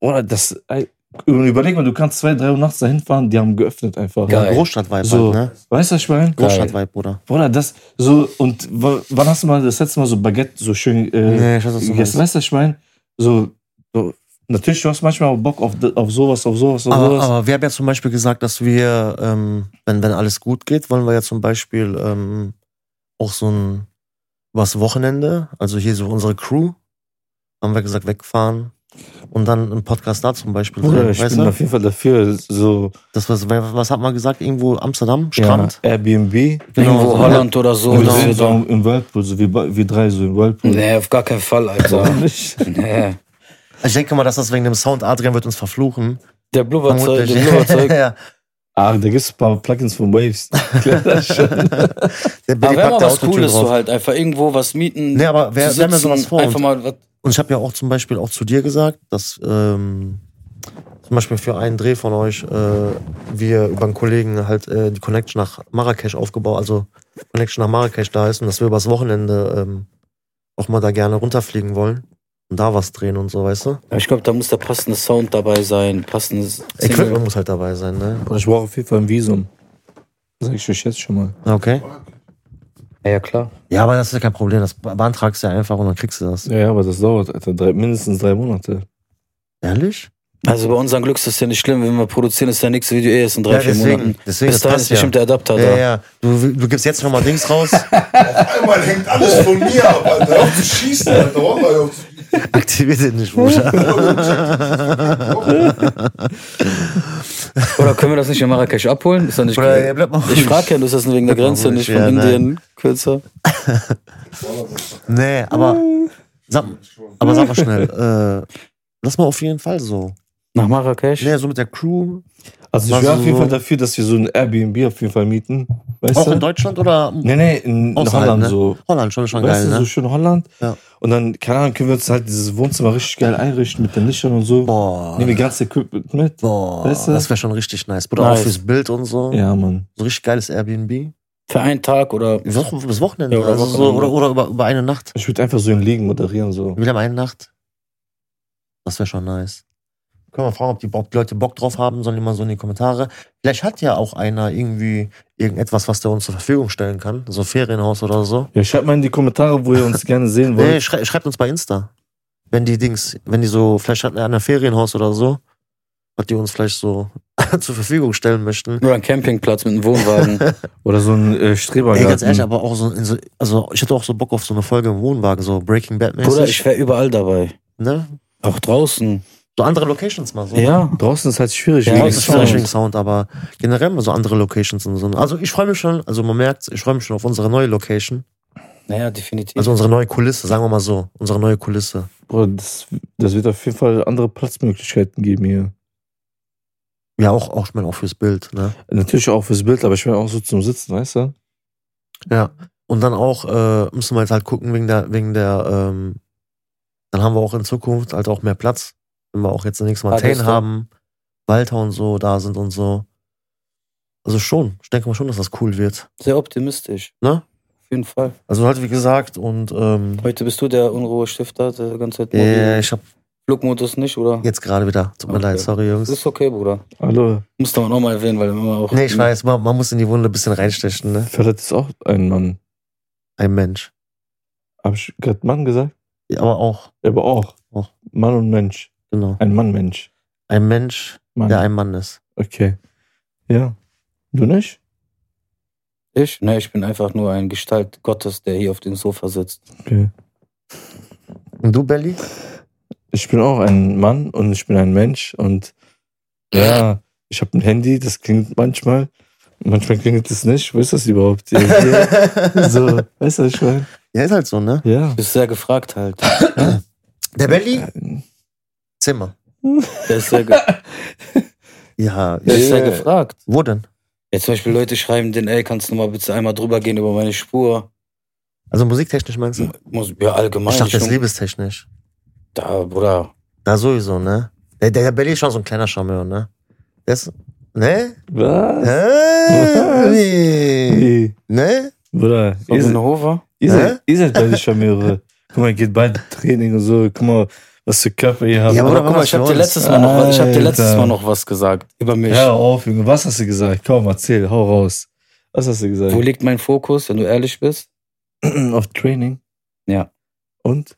Speaker 1: Oder das, ey, Und überleg mal, du kannst zwei, drei Uhr nachts dahin fahren, die haben geöffnet einfach.
Speaker 3: Geil.
Speaker 2: Ja, Großstadtvibe
Speaker 1: So.
Speaker 2: halt, ne?
Speaker 1: Weißt du, was ich meine?
Speaker 2: Großstadtvibe, Bruder.
Speaker 1: Bruder, das so und wa- wann hast du mal das letzte Mal so Baguette so schön äh,
Speaker 2: Nee, ich weiß, was du
Speaker 1: gegessen? Weißt
Speaker 2: meinst.
Speaker 1: du, was ich meine? So, so natürlich du hast manchmal auch Bock auf, d- auf sowas, auf sowas, auf
Speaker 2: Aber,
Speaker 1: sowas.
Speaker 2: Ah, aber wir haben ja zum Beispiel gesagt, dass wir, ähm, wenn, wenn alles gut geht, wollen wir ja zum Beispiel ähm, auch so ein was Wochenende, also hier so unsere Crew, haben wir gesagt, wegfahren und dann einen Podcast da zum Beispiel.
Speaker 1: Bruder,
Speaker 2: drehen,
Speaker 1: ich
Speaker 2: weißt
Speaker 1: bin
Speaker 2: du?
Speaker 1: auf jeden Fall dafür. So
Speaker 2: Das was, was hat man gesagt? Irgendwo Amsterdam,
Speaker 1: ja,
Speaker 2: Strand?
Speaker 1: Airbnb.
Speaker 2: Genau,
Speaker 3: Irgendwo Holland oder so.
Speaker 1: Und
Speaker 2: genau.
Speaker 1: wir sind
Speaker 3: Oder
Speaker 1: so im Whirlpool, so wir, ba- wir drei so im Whirlpool.
Speaker 3: Nee, auf gar keinen Fall, Alter. nee.
Speaker 2: Also Ich denke mal, dass das wegen dem Sound Adrian wird uns verfluchen.
Speaker 3: Der Blubberzeug,
Speaker 2: Vermutlich.
Speaker 3: der Blubberzeug.
Speaker 2: ja.
Speaker 1: Ah, da gibt's ein paar Plugins von Waves. Klar, das schon.
Speaker 2: Der Billy
Speaker 3: Aber wenn
Speaker 2: packt
Speaker 3: mal
Speaker 2: der
Speaker 3: was
Speaker 2: Autotune
Speaker 3: Cooles,
Speaker 2: drauf.
Speaker 3: so halt einfach irgendwo was mieten.
Speaker 2: Nee, aber wer,
Speaker 3: zu
Speaker 2: wer mir
Speaker 3: sitzen,
Speaker 2: sowas vor?
Speaker 3: Einfach
Speaker 2: Und,
Speaker 3: mal was.
Speaker 2: und ich habe ja auch zum Beispiel auch zu dir gesagt, dass ähm, zum Beispiel für einen Dreh von euch äh, wir über einen Kollegen halt äh, die Connection nach Marrakesch aufgebaut, also Connection nach Marrakesch da ist und dass wir übers Wochenende ähm, auch mal da gerne runterfliegen wollen und da was drehen und so, weißt du?
Speaker 3: Ich glaube, da muss der passende Sound dabei sein, passendes
Speaker 2: Equipment muss halt dabei sein, ne?
Speaker 1: Ich brauche auf jeden Fall ein Visum. Sag ich euch jetzt schon mal.
Speaker 2: Okay.
Speaker 3: Ja, ja, klar.
Speaker 2: Ja, aber das ist ja kein Problem. Das be- beantragst du ja einfach und dann kriegst du das.
Speaker 1: Ja, ja, aber das dauert, Alter. Drei, mindestens drei Monate.
Speaker 2: Ehrlich?
Speaker 3: Also bei unserem Glück ist das ja nicht schlimm, wenn wir produzieren, ist der nächste Video eh erst in drei,
Speaker 2: Ja,
Speaker 3: vier
Speaker 2: deswegen-
Speaker 3: Monaten.
Speaker 2: deswegen,
Speaker 3: Bis
Speaker 2: das
Speaker 3: dahin
Speaker 2: passt
Speaker 3: ist bestimmt der
Speaker 2: ja.
Speaker 3: Adapter
Speaker 2: ja,
Speaker 3: da.
Speaker 2: ja. Du, du gibst jetzt schon mal Dings raus.
Speaker 4: Einmal hängt alles von mir ab, Alter. Auf zu schießen, Alter. Wallah, auf zu-
Speaker 2: Aktivier den nicht, Bruder.
Speaker 3: Oder können wir das nicht in Marrakesch abholen? Ist das nicht
Speaker 2: Bruder, ja, bleib mal
Speaker 3: Ich
Speaker 2: ruhig.
Speaker 3: frage ja, du ist das wegen der
Speaker 2: Bleib mal
Speaker 3: Grenze,
Speaker 2: ruhig,
Speaker 3: nicht von
Speaker 2: ja, ne? nein.
Speaker 3: Indien, kürzer.
Speaker 2: Nee, aber sag, aber sag mal schnell. Äh, lass mal auf jeden Fall so.
Speaker 3: Nach Marrakesch?
Speaker 2: Nee, so mit der Crew.
Speaker 1: Also ich
Speaker 2: Was
Speaker 1: wäre
Speaker 2: so-
Speaker 1: auf jeden Fall dafür, dass wir so ein Airbnb auf jeden Fall mieten. Weißt
Speaker 2: Auch
Speaker 1: du?
Speaker 2: in Deutschland oder
Speaker 1: nee, nee, in, in
Speaker 2: Außerhalb,
Speaker 1: Holland
Speaker 2: ne?
Speaker 1: so.
Speaker 2: Holland? Schon, schon
Speaker 1: weißt
Speaker 2: geil,
Speaker 1: du, so
Speaker 2: ne?
Speaker 1: schön Holland.
Speaker 2: Ja.
Speaker 1: Und dann, keine Ahnung, können wir uns halt dieses Wohnzimmer richtig geil einrichten mit den Lichtern und so.
Speaker 2: Boah.
Speaker 1: Nehmen wir ganze Equipment mit.
Speaker 2: Boah,
Speaker 1: Weißt du?
Speaker 2: das wäre schon richtig nice. Bruder,
Speaker 3: Nice.
Speaker 2: auch fürs Bild und so.
Speaker 1: Ja, Mann.
Speaker 2: So richtig geiles Airbnb.
Speaker 3: Für einen Tag oder.
Speaker 2: Wo- Bis Wochenende.
Speaker 3: Ja, oder
Speaker 2: also so,
Speaker 3: Wochenende.
Speaker 2: oder oder über, über eine Nacht.
Speaker 1: Ich würde einfach so in Liegen moderieren. so.
Speaker 2: Wieder mal eine Nacht. Das wäre schon nice. Können wir fragen, ob die, Bo- die Leute Bock drauf haben, sollen die mal so in die Kommentare. Vielleicht hat ja auch einer irgendwie irgendetwas, was der uns zur Verfügung stellen kann. So Ferienhaus oder so.
Speaker 1: Ja, schreibt mal in die Kommentare, wo ihr uns gerne sehen
Speaker 2: Nee,
Speaker 1: wollt.
Speaker 2: schrei schreibt uns bei Insta. Wenn die Dings, wenn die so, vielleicht hat einer ein Ferienhaus oder so, was die uns vielleicht so zur Verfügung stellen möchten.
Speaker 3: Nur ein Campingplatz mit einem Wohnwagen.
Speaker 1: Oder so ein äh, Strebergarten.
Speaker 2: Ey, ganz ehrlich, aber auch so, in so, also ich hätte auch so Bock auf so eine Folge im Wohnwagen, so Breaking Bad
Speaker 3: Bruder,
Speaker 2: mäßig.
Speaker 3: ich wäre überall dabei.
Speaker 2: Ne?
Speaker 3: Auch draußen.
Speaker 2: So andere Locations mal so.
Speaker 3: Ja.
Speaker 1: Draußen ist halt schwierig.
Speaker 3: Ja,
Speaker 1: wegen
Speaker 2: Ja,
Speaker 3: Wegen
Speaker 2: das ist
Speaker 1: Sound.
Speaker 2: vielleicht wegen Sound, aber generell mal so andere Locations und so. Also ich freue mich schon, also man merkt, ich freue mich schon auf unsere neue Location.
Speaker 3: Naja, definitiv.
Speaker 2: Also unsere neue Kulisse, sagen wir mal so. Unsere neue Kulisse.
Speaker 1: Bruder, das, das wird auf jeden Fall andere Platzmöglichkeiten geben hier.
Speaker 2: Ja, auch, auch ich meine, auch fürs Bild, ne?
Speaker 1: Natürlich auch fürs Bild, aber ich meine auch so zum Sitzen, weißt du?
Speaker 2: Ja. Und dann auch, äh, müssen wir jetzt halt gucken, wegen der, wegen der, ähm, dann haben wir auch in Zukunft halt auch mehr Platz. Wenn wir auch jetzt nächstes Mal
Speaker 3: Ah, das
Speaker 2: Tain
Speaker 3: ist so.
Speaker 2: haben, Walter und so da sind und so. Also schon, ich denke mal schon, dass das cool wird.
Speaker 3: Sehr optimistisch.
Speaker 2: Ne?
Speaker 3: Auf jeden Fall.
Speaker 2: Also halt, wie gesagt, und ähm,
Speaker 3: Heute bist du der Unruhestifter, der ganze Zeit
Speaker 2: äh,
Speaker 3: mobil.
Speaker 2: ich habe
Speaker 3: Flugmodus nicht, oder?
Speaker 2: jetzt gerade wieder, tut mir
Speaker 3: Okay.
Speaker 2: leid, sorry Jungs.
Speaker 3: Ist okay, Bruder.
Speaker 1: Hallo,
Speaker 3: Musste man auch mal erwähnen, weil immer auch.
Speaker 2: Nee, ich weiß, man, man muss in die Wunde ein bisschen reinstechen, ne?
Speaker 1: Ferhat ist auch ein Mann.
Speaker 2: Ein Mensch.
Speaker 1: Hab ich gerade Mann gesagt?
Speaker 2: Ja, aber auch,
Speaker 1: Aber auch.
Speaker 2: Auch.
Speaker 1: Mann und Mensch.
Speaker 2: genau.
Speaker 1: Ein Mann-Mensch.
Speaker 2: Ein Mensch,
Speaker 1: Mann.
Speaker 2: der ein Mann ist.
Speaker 1: Okay. Ja. Du nicht?
Speaker 3: Ich? Nee, ich bin einfach nur ein Gestalt Gottes, der hier auf dem Sofa sitzt.
Speaker 1: Okay.
Speaker 2: Und du, Belly?
Speaker 1: Ich bin auch ein Mann und ich bin ein Mensch und ja, ich habe ein Handy, das klingelt manchmal. Manchmal klingelt es nicht. Wo ist das überhaupt? Ja, hier. so, weißt du, was ich meine?
Speaker 2: Ja, ist halt so, ne?
Speaker 1: Ja.
Speaker 3: Bist sehr gefragt halt.
Speaker 2: Der Belly? Zimmer.
Speaker 3: Der ist sehr, ge
Speaker 2: Ja,
Speaker 3: der ist sehr
Speaker 1: Ja.
Speaker 3: gefragt.
Speaker 2: wo denn?
Speaker 3: Jetzt zum Beispiel Leute schreiben den, ey, kannst du mal bitte einmal drüber gehen über meine Spur?
Speaker 2: Also musiktechnisch meinst du?
Speaker 3: Muss, ja, allgemein.
Speaker 2: Ich dachte, das ist
Speaker 3: schon-
Speaker 2: liebestechnisch.
Speaker 3: Da, Bruder.
Speaker 2: Da sowieso, ne? Der, der Belly ist schon so ein kleiner Charmeur, ne? Der ist, ne?
Speaker 1: Was?
Speaker 2: Äh, nee.
Speaker 1: Hey.
Speaker 2: Ne?
Speaker 1: Bruder, ihr
Speaker 3: Von
Speaker 1: seid-
Speaker 3: Hofer?
Speaker 1: Ihr
Speaker 2: Hä?
Speaker 1: seid, ihr seid beide Charmeure. Guck mal, ihr geht beide Training und so. Guck mal, was für Köpfe ihr habt.
Speaker 2: Ja, aber
Speaker 1: Ja,
Speaker 2: Bruder,
Speaker 3: Oder guck mal, ich habe dir,
Speaker 2: Alter.
Speaker 3: letztes Mal noch was- ich hab dir letztes Mal noch was gesagt über mich.
Speaker 1: Hör auf, Junge. Was hast du gesagt? Komm, erzähl, hau raus. Was hast du gesagt?
Speaker 3: Wo liegt mein Fokus, wenn du ehrlich bist?
Speaker 1: Auf Training.
Speaker 3: Ja.
Speaker 1: Und?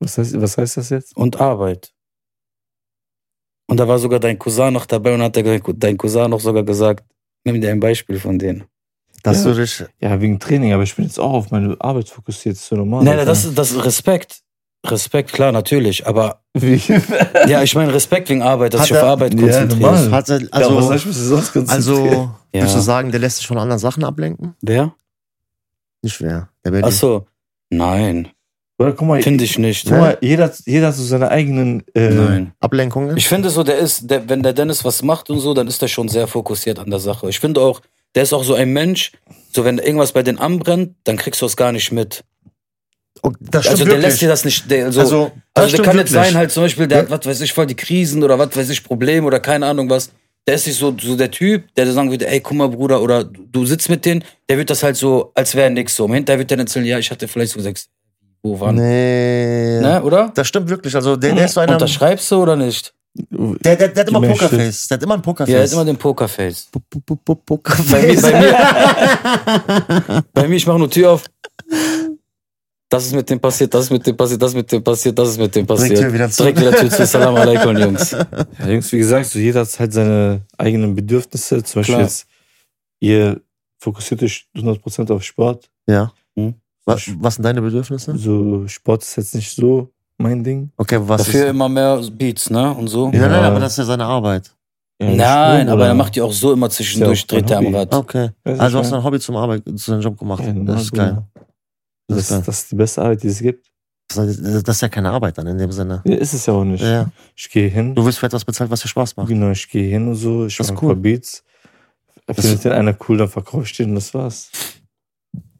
Speaker 1: Was heißt, was heißt das jetzt?
Speaker 3: Und Arbeit. Und da war sogar dein Cousin noch dabei und hat der- dein Cousin noch sogar gesagt, nimm dir ein Beispiel von denen.
Speaker 2: Dass
Speaker 1: Ja.
Speaker 2: du dich.
Speaker 1: Ja, wegen Training, aber ich bin jetzt auch auf meine Arbeit fokussiert, ist so normal.
Speaker 3: Nein, nein, das ist das ist Respekt. Respekt, klar, natürlich. Aber
Speaker 1: Wie?
Speaker 3: ja, ich meine Respekt wegen Arbeit, dass
Speaker 2: Hat
Speaker 3: ich auf
Speaker 2: er-
Speaker 3: Arbeit
Speaker 1: Ja,
Speaker 3: konzentriere.
Speaker 1: normal.
Speaker 2: Hat, er-
Speaker 1: Also, was soll
Speaker 2: also,
Speaker 1: ich mich sonst konzentrieren?
Speaker 2: also
Speaker 3: Ja.
Speaker 2: würdest du sagen, der lässt sich von anderen Sachen ablenken?
Speaker 3: Wer?
Speaker 2: Nicht schwer. Der Berlin.
Speaker 3: Ach so. Nein,
Speaker 1: Oder guck mal,
Speaker 3: finde ich nicht.
Speaker 1: guck mal jeder, jeder hat so seine eigenen. Äh,
Speaker 3: Nein.
Speaker 2: Ablenkungen?
Speaker 3: Ich finde so, der ist, der, wenn der Dennis was macht und so, dann ist er schon sehr fokussiert an der Sache. Ich finde auch, der ist auch so ein Mensch, so wenn irgendwas bei denen anbrennt, dann kriegst du es gar nicht mit.
Speaker 2: Oh, das stimmt
Speaker 3: Also der
Speaker 2: wirklich.
Speaker 3: lässt dir das nicht. Der, so, also,
Speaker 2: also, das
Speaker 3: der
Speaker 2: stimmt
Speaker 3: kann
Speaker 2: wirklich.
Speaker 3: jetzt sein, halt zum Beispiel, der hat,
Speaker 2: Ja.
Speaker 3: was weiß ich, voll die Krisen oder was weiß ich, Probleme oder keine Ahnung was. Der ist nicht so, so der Typ, der dir sagen würde, ey, guck mal, Bruder, oder du du sitzt mit denen, der wird das halt so, als wäre nix so. Im Hinterher wird der dann erzählen, ja, ich hatte vielleicht so sechs, wo waren.
Speaker 2: Nee.
Speaker 3: halt- Ne, Mhm. oder?
Speaker 2: Das stimmt wirklich. Also, der, der ist so einer. Der,
Speaker 3: Unterschreibst du oder nicht?
Speaker 2: der, der, hat immer
Speaker 1: Die Menschen.
Speaker 2: Pokerface. Der hat immer ein Pokerface.
Speaker 3: Ja, ist immer den Pokerface.
Speaker 2: P- p- p- p-
Speaker 3: Bei mir,
Speaker 2: Pokerface.
Speaker 3: bei mir, bei mir, ich mache nur Tür auf. Das ist mit dem passiert, das ist mit dem passiert, das ist mit dem passiert, das ist mit dem
Speaker 2: Bringt
Speaker 3: passiert.
Speaker 2: Tür wieder zurück.
Speaker 3: Direkt wieder Tür zu. Salam alaikum, Jungs.
Speaker 1: Ja, Jungs, wie gesagt, so jeder hat halt seine eigenen Bedürfnisse. Zum Beispiel
Speaker 3: Klar.
Speaker 1: jetzt, ihr fokussiert euch 100% auf Sport.
Speaker 2: Ja.
Speaker 3: Hm?
Speaker 2: Was, was sind deine Bedürfnisse?
Speaker 1: So, Sport ist jetzt nicht so mein Ding.
Speaker 2: Okay, was
Speaker 3: Dafür
Speaker 2: ist.
Speaker 3: immer mehr Beats, ne? Und so.
Speaker 2: Ja, nein,
Speaker 1: Ja.
Speaker 2: aber das ist ja seine Arbeit.
Speaker 1: Ja,
Speaker 3: Nein,
Speaker 1: Schwimmen
Speaker 3: aber
Speaker 1: oder-
Speaker 3: er macht die auch so immer zwischendurch,
Speaker 1: Ist ja auch
Speaker 3: dreht er am
Speaker 1: mein
Speaker 3: Rad.
Speaker 2: Okay.
Speaker 1: Weiß
Speaker 2: Also
Speaker 1: ich
Speaker 2: hast du
Speaker 1: mein-
Speaker 2: ein Hobby zum Arbeit, zu deinem Job gemacht.
Speaker 1: Ja, normal,
Speaker 2: das ist
Speaker 1: Bruder.
Speaker 2: geil. Das ist
Speaker 1: Das,
Speaker 2: geil.
Speaker 1: das ist die beste Arbeit, die es gibt.
Speaker 2: Das ist, das ist ja keine Arbeit dann in dem Sinne.
Speaker 1: Ja, ist es ja auch nicht.
Speaker 2: Ja.
Speaker 1: Ich gehe hin,
Speaker 2: Du wirst für etwas bezahlt, was dir Spaß macht.
Speaker 1: genau, ich gehe hin und so, ich
Speaker 2: Das ist
Speaker 1: mache ein
Speaker 2: cool.
Speaker 1: paar Beats. Findet den einer cool, dann verkaufe ich den und das war's.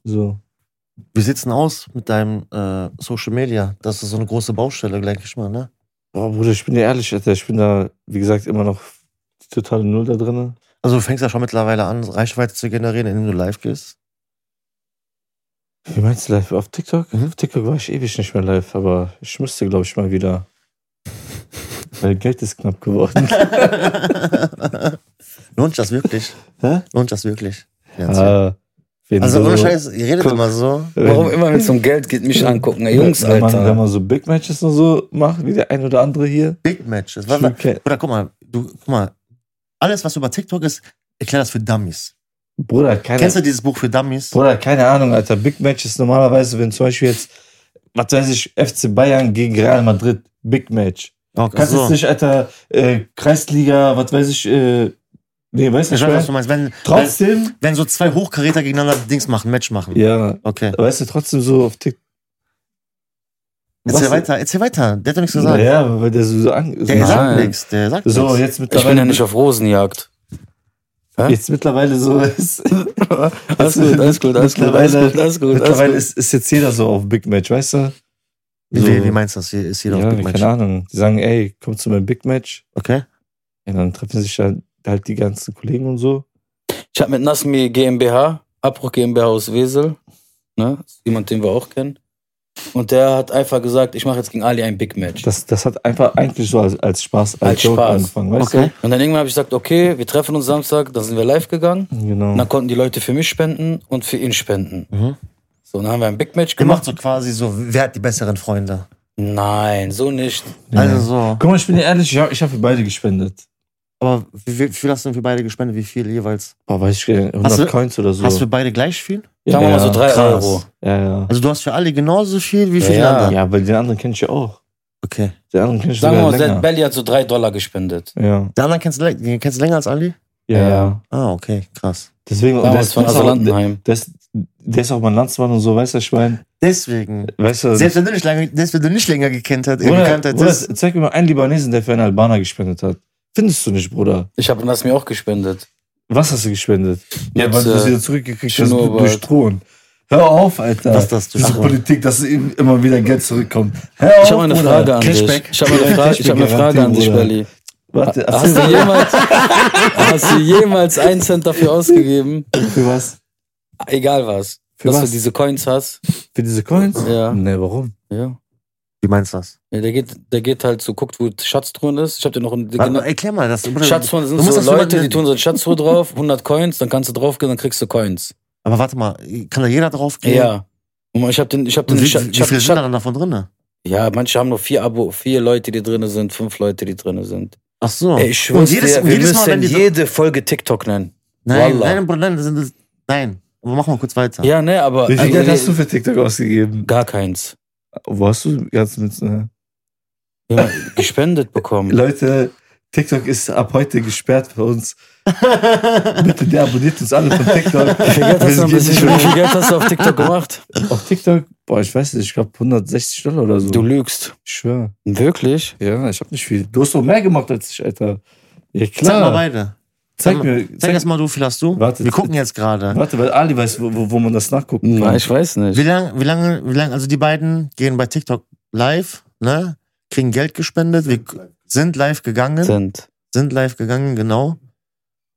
Speaker 1: So.
Speaker 2: Wie sieht's denn aus mit deinem äh, Social Media? Das ist so eine große Baustelle, denke ich mal, ne?
Speaker 1: Boah, Bruder, ich bin dir ehrlich, Alter, ich bin da, wie gesagt, immer noch die totale Null da drin.
Speaker 2: Also du fängst ja schon mittlerweile an, Reichweite zu generieren, indem du live gehst.
Speaker 1: Wie meinst du live? Auf TikTok?
Speaker 2: Mhm.
Speaker 1: Auf TikTok war ich ewig nicht mehr live, aber ich müsste, glaube ich, mal wieder. Weil Geld ist knapp geworden.
Speaker 2: Lohnt sich das wirklich?
Speaker 1: Hä?
Speaker 2: Lohnt sich das wirklich? Ja,
Speaker 1: Ah, wenn
Speaker 2: also
Speaker 1: so-
Speaker 2: ohne Scheiß, ihr redet
Speaker 1: Guck.
Speaker 2: immer so.
Speaker 1: wenn-
Speaker 3: Warum immer, wenn es um Geld geht, mich angucken, ey, Jungs,
Speaker 1: wenn man, Wenn
Speaker 3: Alter.
Speaker 1: man so Big Matches und so macht, wie der ein oder andere hier.
Speaker 2: Big Matches. Was, was,
Speaker 1: Okay.
Speaker 2: oder guck mal, du, guck mal, alles was über TikTok ist, erklär das für Dummies.
Speaker 1: Bruder, keine
Speaker 2: Kennst du dieses Buch für Dummies?
Speaker 1: Bruder, keine Ahnung, Alter. Big Match ist normalerweise, wenn zum Beispiel jetzt, was weiß ich, FC Bayern gegen Real Madrid, Big Match.
Speaker 2: Oh,
Speaker 1: Kannst jetzt nicht, Alter, äh, Kreisliga, was weiß ich, äh, nee, weiß
Speaker 2: Ich
Speaker 1: nicht,
Speaker 2: weiß, was
Speaker 1: mehr.
Speaker 2: du meinst. Wenn, wenn,
Speaker 1: Trotzdem,
Speaker 2: wenn so zwei Hochkaräter gegeneinander Dings machen, Match machen.
Speaker 1: ja,
Speaker 2: Okay.
Speaker 1: weißt du, trotzdem so auf TikTok.
Speaker 2: Erzähl weiter, erzähl weiter. Der hat doch nichts gesagt.
Speaker 1: Ja, weil der so, so an.
Speaker 2: Der
Speaker 1: so,
Speaker 2: sagt
Speaker 3: Nein.
Speaker 2: nichts. Der sagt
Speaker 1: so,
Speaker 2: nichts.
Speaker 1: jetzt
Speaker 3: Ich bin ja
Speaker 1: mittlerweile,
Speaker 3: nicht auf Rosenjagd.
Speaker 1: jetzt mittlerweile so ist.
Speaker 3: Alles gut, alles gut, alles gut, alles
Speaker 1: Mittlerweile-
Speaker 3: gut, alles gut.
Speaker 1: mittlerweile
Speaker 3: Alles gut.
Speaker 1: ist, ist jetzt jeder so auf Big Match, weißt du? So,
Speaker 2: Wie, wie meinst du das? Hier Ist jeder
Speaker 1: ja,
Speaker 2: auf Big Match?
Speaker 1: keine Ahnung. Die sagen, ey, komm zu meinem Big Match.
Speaker 2: Okay.
Speaker 1: Ja, dann treffen sich dann halt die ganzen Kollegen und so.
Speaker 3: Ich habe mit Nasmi GmbH, Abbruch GmbH aus Wesel, ne? Ist Jemand, den wir auch kennen. Und der hat einfach gesagt, ich mache jetzt gegen Ali ein Big Match.
Speaker 1: Das, das hat einfach eigentlich so als, als Spaß, als,
Speaker 3: Als
Speaker 1: Joke
Speaker 3: Spaß.
Speaker 1: angefangen, weißt
Speaker 2: Okay.
Speaker 3: Und dann irgendwann habe ich gesagt, okay, wir treffen uns Samstag, dann sind wir live gegangen.
Speaker 1: du? Genau.
Speaker 3: Und dann konnten die Leute für mich spenden und für ihn spenden.
Speaker 2: Mhm.
Speaker 3: So, dann haben wir ein Big Match
Speaker 2: Ihr
Speaker 3: gemacht.
Speaker 2: macht so quasi so, wer hat die besseren Freunde?
Speaker 3: Nein, so nicht.
Speaker 1: Ja.
Speaker 2: Also so.
Speaker 1: Guck mal, ich bin dir ehrlich, ich habe ich hab für beide gespendet.
Speaker 2: Aber wie, wie viel hast du denn für beide gespendet? Wie viel jeweils?
Speaker 1: Boah, weiß ich, gar nicht, 100
Speaker 2: Hast du-
Speaker 1: Coins oder so.
Speaker 2: Hast du für beide gleich viel?
Speaker 3: Sagen wir
Speaker 1: ja,
Speaker 3: mal so drei
Speaker 2: krass.
Speaker 3: Euro.
Speaker 1: Ja, ja.
Speaker 2: Also du hast für alle genauso viel wie für die
Speaker 3: Ja.
Speaker 2: anderen?
Speaker 1: Ja, weil den anderen kenn ich ja auch.
Speaker 2: Okay.
Speaker 1: Den anderen kenn ich
Speaker 3: Sagen wir
Speaker 1: sogar
Speaker 3: mal, Zed
Speaker 1: länger.
Speaker 3: Belly hat so drei Dollar gespendet.
Speaker 1: Ja.
Speaker 2: Die anderen kennst du, le- die kennst du länger als Ali?
Speaker 1: ja, ja.
Speaker 3: Ja.
Speaker 2: Ah, okay, krass.
Speaker 1: Deswegen, und der
Speaker 3: Damals
Speaker 1: ist,
Speaker 3: von
Speaker 1: der,
Speaker 3: Asylantenheim.
Speaker 1: der, ist, der ist auch mein Landsmann und so, weißt du, Schwein.
Speaker 2: Deswegen.
Speaker 1: Weißt
Speaker 3: Also
Speaker 1: du,
Speaker 2: Selbst wenn du nicht lange, selbst wenn du nicht länger gekannt hättest, äh,
Speaker 1: Bruder,
Speaker 2: gekannt hättest.
Speaker 1: Bruder, zeig mir mal einen Libanesen, der für einen Albaner gespendet hat. Findest du nicht, Bruder?
Speaker 3: Ich habe Nasmi auch gespendet.
Speaker 1: Was hast du gespendet? Ja,
Speaker 3: Mit,
Speaker 1: weil du das
Speaker 3: äh,
Speaker 1: wieder zurückgekriegt hast
Speaker 3: Schnurrbart.
Speaker 1: durch Drohen. Hör auf, Alter.
Speaker 2: Was das durch
Speaker 1: Diese
Speaker 2: Drohnen?
Speaker 1: Politik, dass eben immer wieder Geld zurückkommt. Hör
Speaker 3: Ich
Speaker 1: auf,
Speaker 3: habe eine
Speaker 1: Bruder.
Speaker 3: Frage an dich.
Speaker 2: Cashback.
Speaker 3: Ich habe eine, Fra ich hab eine Frage an dich,
Speaker 1: Bruder.
Speaker 3: Belly.
Speaker 1: Warte,
Speaker 3: Hast du jemals, hast du jemals einen Cent dafür ausgegeben?
Speaker 1: für was?
Speaker 3: Egal was.
Speaker 1: Für
Speaker 3: dass
Speaker 1: was?
Speaker 3: du diese Coins hast.
Speaker 1: Für diese Coins?
Speaker 3: Ja.
Speaker 1: Ne, warum?
Speaker 3: ja.
Speaker 2: Wie meinst du das?
Speaker 3: Ja, der, geht, der geht halt so, guckt, wo Schatztruhen ist. Ich hab dir noch einen.
Speaker 2: Warte,
Speaker 3: Genau,
Speaker 2: Erklär mal das.
Speaker 3: Schatztruhen sind
Speaker 2: Du musst
Speaker 3: so
Speaker 2: das nur
Speaker 3: Leute,
Speaker 2: mal-
Speaker 3: die tun so eine Schatztruhe drauf, 100 Coins, dann kannst du draufgehen, dann kriegst du Coins.
Speaker 2: Aber warte mal, kann da jeder drauf gehen?
Speaker 3: Ja. Und ich hab den, ich hab
Speaker 2: Und
Speaker 3: den
Speaker 2: wie,
Speaker 3: Scha-
Speaker 2: wie
Speaker 3: ich hab den
Speaker 2: viele
Speaker 3: Schatz.
Speaker 2: sind da davon drin?
Speaker 3: Ja, manche haben nur vier Abo, vier Leute, die drin sind, fünf Leute, die drin sind.
Speaker 2: Ach so.
Speaker 3: Ey, ich schwör's
Speaker 2: Oh. und jedes,
Speaker 3: dir,
Speaker 2: und
Speaker 3: wir
Speaker 2: jedes Mal,
Speaker 3: müssen
Speaker 2: wenn die.
Speaker 3: jede Folge TikTok nennen.
Speaker 2: nein,
Speaker 3: Wallah.
Speaker 2: nein, Bruder, nein, das sind das, nein. Aber mach mal kurz weiter.
Speaker 3: Ja, ne, aber
Speaker 1: Wie viel
Speaker 3: also,
Speaker 1: Geld
Speaker 3: nee,
Speaker 1: hast du für TikTok ausgegeben?
Speaker 3: gar keins.
Speaker 1: Wo hast du ganz mit. Äh,
Speaker 3: Wir haben gespendet bekommen.
Speaker 1: Leute, TikTok ist ab heute gesperrt für uns. Bitte, der abonniert uns alle von TikTok.
Speaker 3: Wie viel Geld hast du,
Speaker 1: Wir gehen
Speaker 3: wie viel Geld hast du auf TikTok gemacht?
Speaker 1: nicht auf TikTok? Boah, ich weiß nicht, ich glaube 160 Dollar oder so.
Speaker 3: Du lügst.
Speaker 1: ich schwör.
Speaker 3: Wirklich?
Speaker 1: Ja, ich hab nicht viel. Du hast doch mehr gemacht als ich, Alter. Ja,
Speaker 2: Zeig mal
Speaker 1: klar.
Speaker 2: beide.
Speaker 1: Zeig,
Speaker 2: Zeig
Speaker 1: mir.
Speaker 2: Zeig
Speaker 1: Zeig,
Speaker 2: erst mal, du, wie viel hast du?
Speaker 1: Warte,
Speaker 2: Wir gucken jetzt gerade.
Speaker 1: warte, weil Ali weiß, wo, wo- wo man das nachgucken kann.
Speaker 3: Nein, ich Hm. weiß
Speaker 2: Wie
Speaker 3: nicht.
Speaker 2: lange, wie lange, wie lange, also die beiden gehen bei TikTok live, ne? Kriegen Geld gespendet, wir k- sind live gegangen.
Speaker 3: Cent.
Speaker 2: sind live gegangen, genau.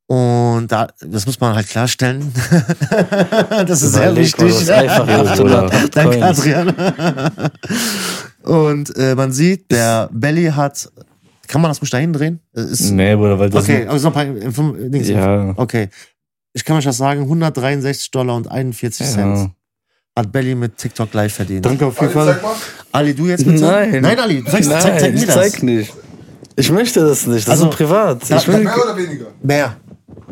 Speaker 2: Und da, das muss man halt klarstellen. das ist sehr
Speaker 3: Überleg mal, das
Speaker 2: wichtig.
Speaker 3: ist einfach
Speaker 1: Ja,
Speaker 3: 800 8
Speaker 2: Danke,
Speaker 3: Coins.
Speaker 2: Adrian. Und äh, man sieht, der Belly hat. Kann man das ruhig dahin drehen? Äh, Ist,
Speaker 1: Nee, Bruder, weil das.
Speaker 2: okay, aber es sind noch ein paar Inform- Dings.
Speaker 1: ja.
Speaker 2: Okay. Ich kann euch das sagen, 163 Dollar und 41
Speaker 1: ja.
Speaker 2: Cent hat Belly mit TikTok live verdient.
Speaker 1: Danke auf jeden
Speaker 4: Ali,
Speaker 1: Fall.
Speaker 4: sag mal,
Speaker 2: Ali, du jetzt bitte?
Speaker 3: Nein.
Speaker 2: Nein, Ali, zeig, zeig, zeig mir das.
Speaker 3: zeig nicht. Ich möchte das nicht. Das
Speaker 2: Also,
Speaker 3: ist privat.
Speaker 2: da-
Speaker 3: Ich will,
Speaker 4: mehr oder weniger?
Speaker 2: Mehr.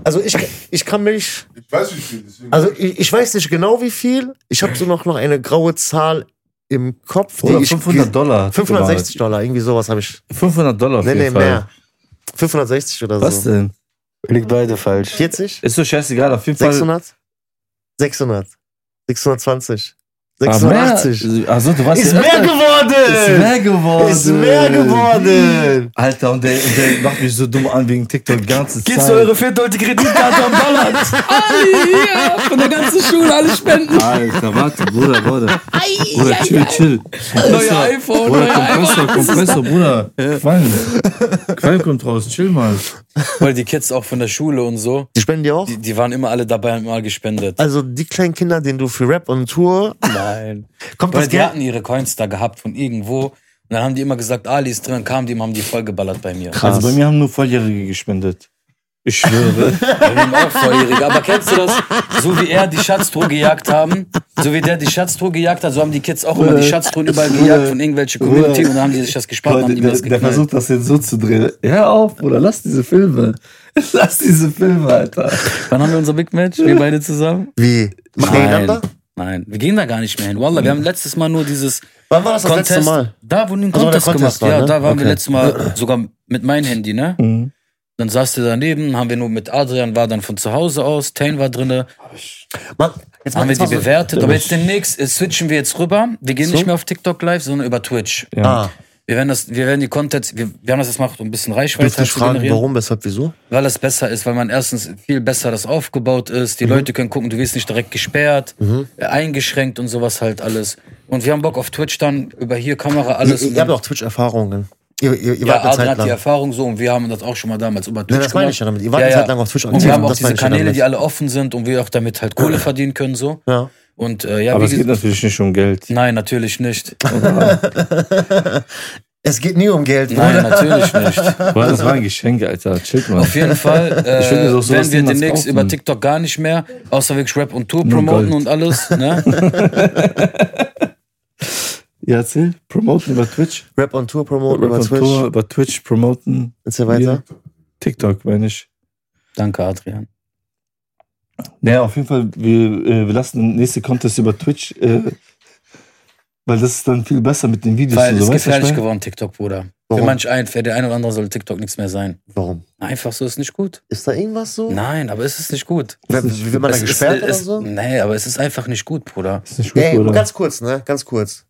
Speaker 2: Also ich, ich kann mich
Speaker 4: Ich weiß wie viel, deswegen.
Speaker 2: Also ich, ich weiß nicht genau wie viel. Ich habe so noch, noch eine graue Zahl im Kopf.
Speaker 1: Oder
Speaker 2: ich
Speaker 1: 500 Dollar. hat
Speaker 2: 560 Dollar, irgendwie sowas habe ich.
Speaker 1: gemacht. 500 Dollar auf
Speaker 2: Nee,
Speaker 1: jeden
Speaker 2: nee,
Speaker 1: Fall.
Speaker 2: mehr. Also 560 oder so.
Speaker 1: Was denn?
Speaker 3: liegt beide falsch.
Speaker 2: 40?
Speaker 1: Ist doch scheißegal, auf jeden Fall.
Speaker 2: 600? 600. 620. 680.
Speaker 1: Ah, mehr. Also, du warst
Speaker 2: Ist
Speaker 1: ja
Speaker 2: mehr
Speaker 1: öfter- Ist
Speaker 2: geworden!
Speaker 1: mehr geworden.
Speaker 2: Ist mehr geworden!
Speaker 1: Alter, und der, und der macht mich so dumm an wegen TikTok die ganze Zeit.
Speaker 3: viertelte Kreditkarte am Dollar. Alle hier von der ganzen Schule, alle spenden.
Speaker 1: Alter, warte, Bruder, Bruder. Bruder, chill, chill.
Speaker 3: Neue iPhone,
Speaker 1: Bruder,
Speaker 3: neue
Speaker 1: Kompressor, Kompressor, Bruder. Qualm. Qualm kommt raus, chill mal.
Speaker 3: Weil die Kids auch von der Schule und so,
Speaker 2: Die spenden dir auch?
Speaker 3: die, die waren immer alle dabei und mal gespendet.
Speaker 2: Also die kleinen Kinder, denen du für Rap und Tour,
Speaker 3: Nein.
Speaker 2: kommt
Speaker 3: Weil
Speaker 2: das
Speaker 3: die
Speaker 2: Geld.
Speaker 3: hatten ihre Coins da gehabt von irgendwo. Und dann haben die immer gesagt, Ali ist drin, dann kamen die und haben die vollgeballert bei mir.
Speaker 1: Also bei mir haben nur Volljährige gespendet. Ich schwöre.
Speaker 3: Bei mir auch volljährige. Aber kennst du das? So wie er die Schatztruhe gejagt haben, so wie der die Schatztruhe gejagt hat, so haben die Kids auch immer die Schatztruhen überall gejagt von irgendwelche Community und dann haben die sich das gespart und
Speaker 1: Leute,
Speaker 3: haben die mir
Speaker 1: der,
Speaker 3: das
Speaker 1: der
Speaker 3: geknallt.
Speaker 1: versucht das jetzt so zu drehen. Hör auf, Bruder, lass diese Filme. Lass diese Filme, Alter.
Speaker 3: Wann haben wir unser Big Match? Wir beide zusammen?
Speaker 2: Wie?
Speaker 3: Nein.
Speaker 2: Gegeneinander?
Speaker 3: Nein, wir gehen da gar nicht mehr hin. Wallah, wir haben letztes Mal nur dieses
Speaker 2: Wann war das das
Speaker 3: Contest.
Speaker 2: letzte Mal?
Speaker 3: Da wurden ein
Speaker 2: Also war der
Speaker 3: Contest,
Speaker 2: Contest
Speaker 3: gemacht. ja,
Speaker 2: war, ne?
Speaker 3: da waren wir
Speaker 2: Okay. Mhm.
Speaker 3: letztes Mal sogar mit meinem Handy, ne? Dann saß der daneben, haben wir nur mit Adrian, war dann von zu Hause aus, Tane war drinne,
Speaker 2: Mann, jetzt
Speaker 3: haben
Speaker 2: mal,
Speaker 3: wir die
Speaker 2: jetzt mal Ah, so.
Speaker 3: bewertet. Aber jetzt demnächst äh, switchen wir jetzt rüber. Wir gehen nicht mehr auf TikTok live, sondern über Twitch.
Speaker 2: Ah,
Speaker 3: Wir werden, das, wir werden die Contents, wir, wir haben das jetzt gemacht, um ein bisschen Reichweite
Speaker 2: dürfte
Speaker 3: zu
Speaker 2: ich fragen,
Speaker 3: generieren.
Speaker 2: warum, weshalb, wieso?
Speaker 3: Weil das besser ist, weil man erstens viel besser das aufgebaut ist.
Speaker 2: Mhm.
Speaker 3: Die Leute können gucken, du wirst nicht direkt gesperrt, äh, eingeschränkt und sowas halt alles. Und wir haben Bock auf Twitch dann über hier Kamera alles.
Speaker 2: Ihr,
Speaker 3: und
Speaker 2: ihr
Speaker 3: dann-
Speaker 2: habt auch Twitch-Erfahrungen. Ihr, ihr, ihr
Speaker 3: ja,
Speaker 2: wart eine
Speaker 3: Adrian
Speaker 2: Zeit
Speaker 3: hat die
Speaker 2: lang.
Speaker 3: Erfahrung so und wir haben das auch schon mal damals über Twitch
Speaker 2: das
Speaker 3: gemacht.
Speaker 2: meine ich ja damit. Ihr wart eine Zeit lang halt auf Twitch
Speaker 3: Und
Speaker 2: aktiv,
Speaker 3: wir haben auch
Speaker 2: das
Speaker 3: diese
Speaker 2: meine ich ja
Speaker 3: Kanäle,
Speaker 2: damit.
Speaker 3: die alle offen sind und wir auch damit halt Kohle verdienen können so.
Speaker 2: Ja.
Speaker 3: Und äh, ja,
Speaker 1: Aber
Speaker 3: wie
Speaker 1: es geht
Speaker 3: gesagt-
Speaker 1: natürlich nicht um Geld.
Speaker 3: nein, natürlich nicht.
Speaker 2: Es geht nie um Geld,
Speaker 3: Nein,
Speaker 2: Bruder.
Speaker 3: natürlich nicht.
Speaker 1: Boah, das war ein Geschenk, Alter. Chillt mal.
Speaker 3: Auf jeden Fall äh,
Speaker 1: Ich finde das auch so,
Speaker 3: werden
Speaker 1: dass
Speaker 3: wir
Speaker 1: niemals
Speaker 3: demnächst
Speaker 1: kaufen.
Speaker 3: über TikTok gar nicht mehr, außer wirklich Rap und Tour
Speaker 1: Nur
Speaker 3: promoten
Speaker 1: Gold.
Speaker 3: und alles. Ne?
Speaker 1: Ja, erzähl. Promoten über Twitch.
Speaker 2: Rap on Tour promoten
Speaker 1: Über
Speaker 2: über Twitch.
Speaker 1: Tour, über Twitch promoten.
Speaker 2: Und so weiter.
Speaker 1: TikTok, meine ich.
Speaker 3: Danke, Adrian.
Speaker 1: Naja, auf jeden Fall, wir, äh, wir lassen den nächsten Contest über Twitch, äh, weil das ist dann viel besser mit den Videos.
Speaker 3: Weil
Speaker 1: und
Speaker 3: es
Speaker 1: so, weißt du,
Speaker 3: ist
Speaker 1: was ich
Speaker 3: gefährlich
Speaker 1: meine?
Speaker 3: geworden, TikTok, Bruder. Für
Speaker 2: Warum?
Speaker 3: manch einen, für den einen oder anderen soll TikTok nichts mehr sein.
Speaker 2: Warum?
Speaker 3: Einfach so ist nicht gut.
Speaker 2: Ist da irgendwas so?
Speaker 3: Nein, aber es ist nicht gut.
Speaker 2: Wird wird man
Speaker 3: Es
Speaker 2: da
Speaker 3: ist- äh,
Speaker 2: gesperrt
Speaker 3: es,
Speaker 2: oder so?
Speaker 3: Nee, aber es ist einfach nicht gut, Bruder.
Speaker 1: Ist nicht gut,
Speaker 2: Ey,
Speaker 1: oder?
Speaker 2: ganz kurz, ne? Ganz kurz.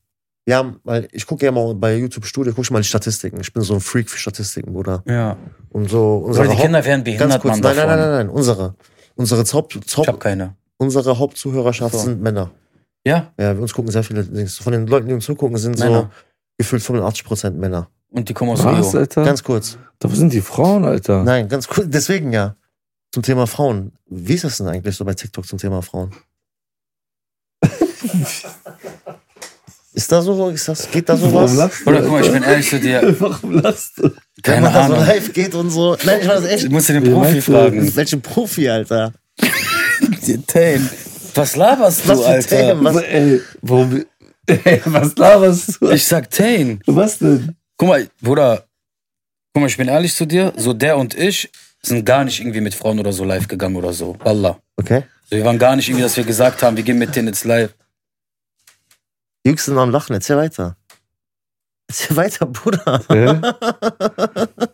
Speaker 2: Wir haben, weil ich gucke ja mal bei YouTube Studio, gucke ich mal die Statistiken. Ich bin so ein Freak für Statistiken, Bruder.
Speaker 3: Ja.
Speaker 2: Und so
Speaker 3: Weil
Speaker 2: unsere
Speaker 3: die
Speaker 2: Haupt-
Speaker 3: Kinder werden
Speaker 2: ganz
Speaker 3: behindert,
Speaker 2: kurz,
Speaker 3: man
Speaker 2: nein, nein,
Speaker 3: davon.
Speaker 2: nein, nein, nein, unsere. Unsere, Top,
Speaker 3: Ich hab
Speaker 2: Top,
Speaker 3: keine.
Speaker 2: unsere Hauptzuhörerschaft
Speaker 3: So.
Speaker 2: sind Männer.
Speaker 3: Ja,
Speaker 2: Ja, wir uns gucken sehr viele Dings. Von den Leuten, die uns zugucken, sind
Speaker 3: Männer.
Speaker 2: so gefühlt 85% Männer.
Speaker 3: und die kommen aus
Speaker 1: Was,
Speaker 3: Rio.
Speaker 1: Alter?
Speaker 2: Ganz kurz.
Speaker 1: Dafür sind die Frauen, Alter.
Speaker 2: Nein, ganz kurz. Deswegen ja. Zum Thema Frauen. Wie ist das denn eigentlich so bei TikTok zum Thema Frauen? Ist da so, ist das, geht da
Speaker 1: Warum
Speaker 2: sowas?
Speaker 1: lachst du?
Speaker 3: Oder guck mal, ich bin ehrlich zu dir.
Speaker 1: Warum lachst du?
Speaker 2: Wenn
Speaker 3: Keine
Speaker 2: man da so
Speaker 3: Ahnung.
Speaker 2: live geht und so. Nein, ich meine das
Speaker 3: Ich
Speaker 2: echt.
Speaker 3: muss den
Speaker 1: Wie
Speaker 3: Profi
Speaker 1: meinst du?
Speaker 3: fragen.
Speaker 2: Welchen Profi, Alter.
Speaker 3: Tame. Was laberst
Speaker 2: Was
Speaker 3: du,
Speaker 2: für
Speaker 3: Alter?
Speaker 2: Themen, was?
Speaker 1: So, Also, ey, warum, ey, was laberst du?
Speaker 3: Ich sag Tane.
Speaker 1: Was denn?
Speaker 3: Guck mal, Bruder, guck mal, ich bin ehrlich zu dir, so der und ich sind gar nicht irgendwie mit Frauen oder so live gegangen oder so. Wallah.
Speaker 2: Okay.
Speaker 3: So, wir waren gar nicht irgendwie, dass wir gesagt haben, wir gehen mit denen jetzt live.
Speaker 2: Jüngst sind am Lachen, erzähl weiter. Erzähl weiter, Bruder.
Speaker 1: Hä?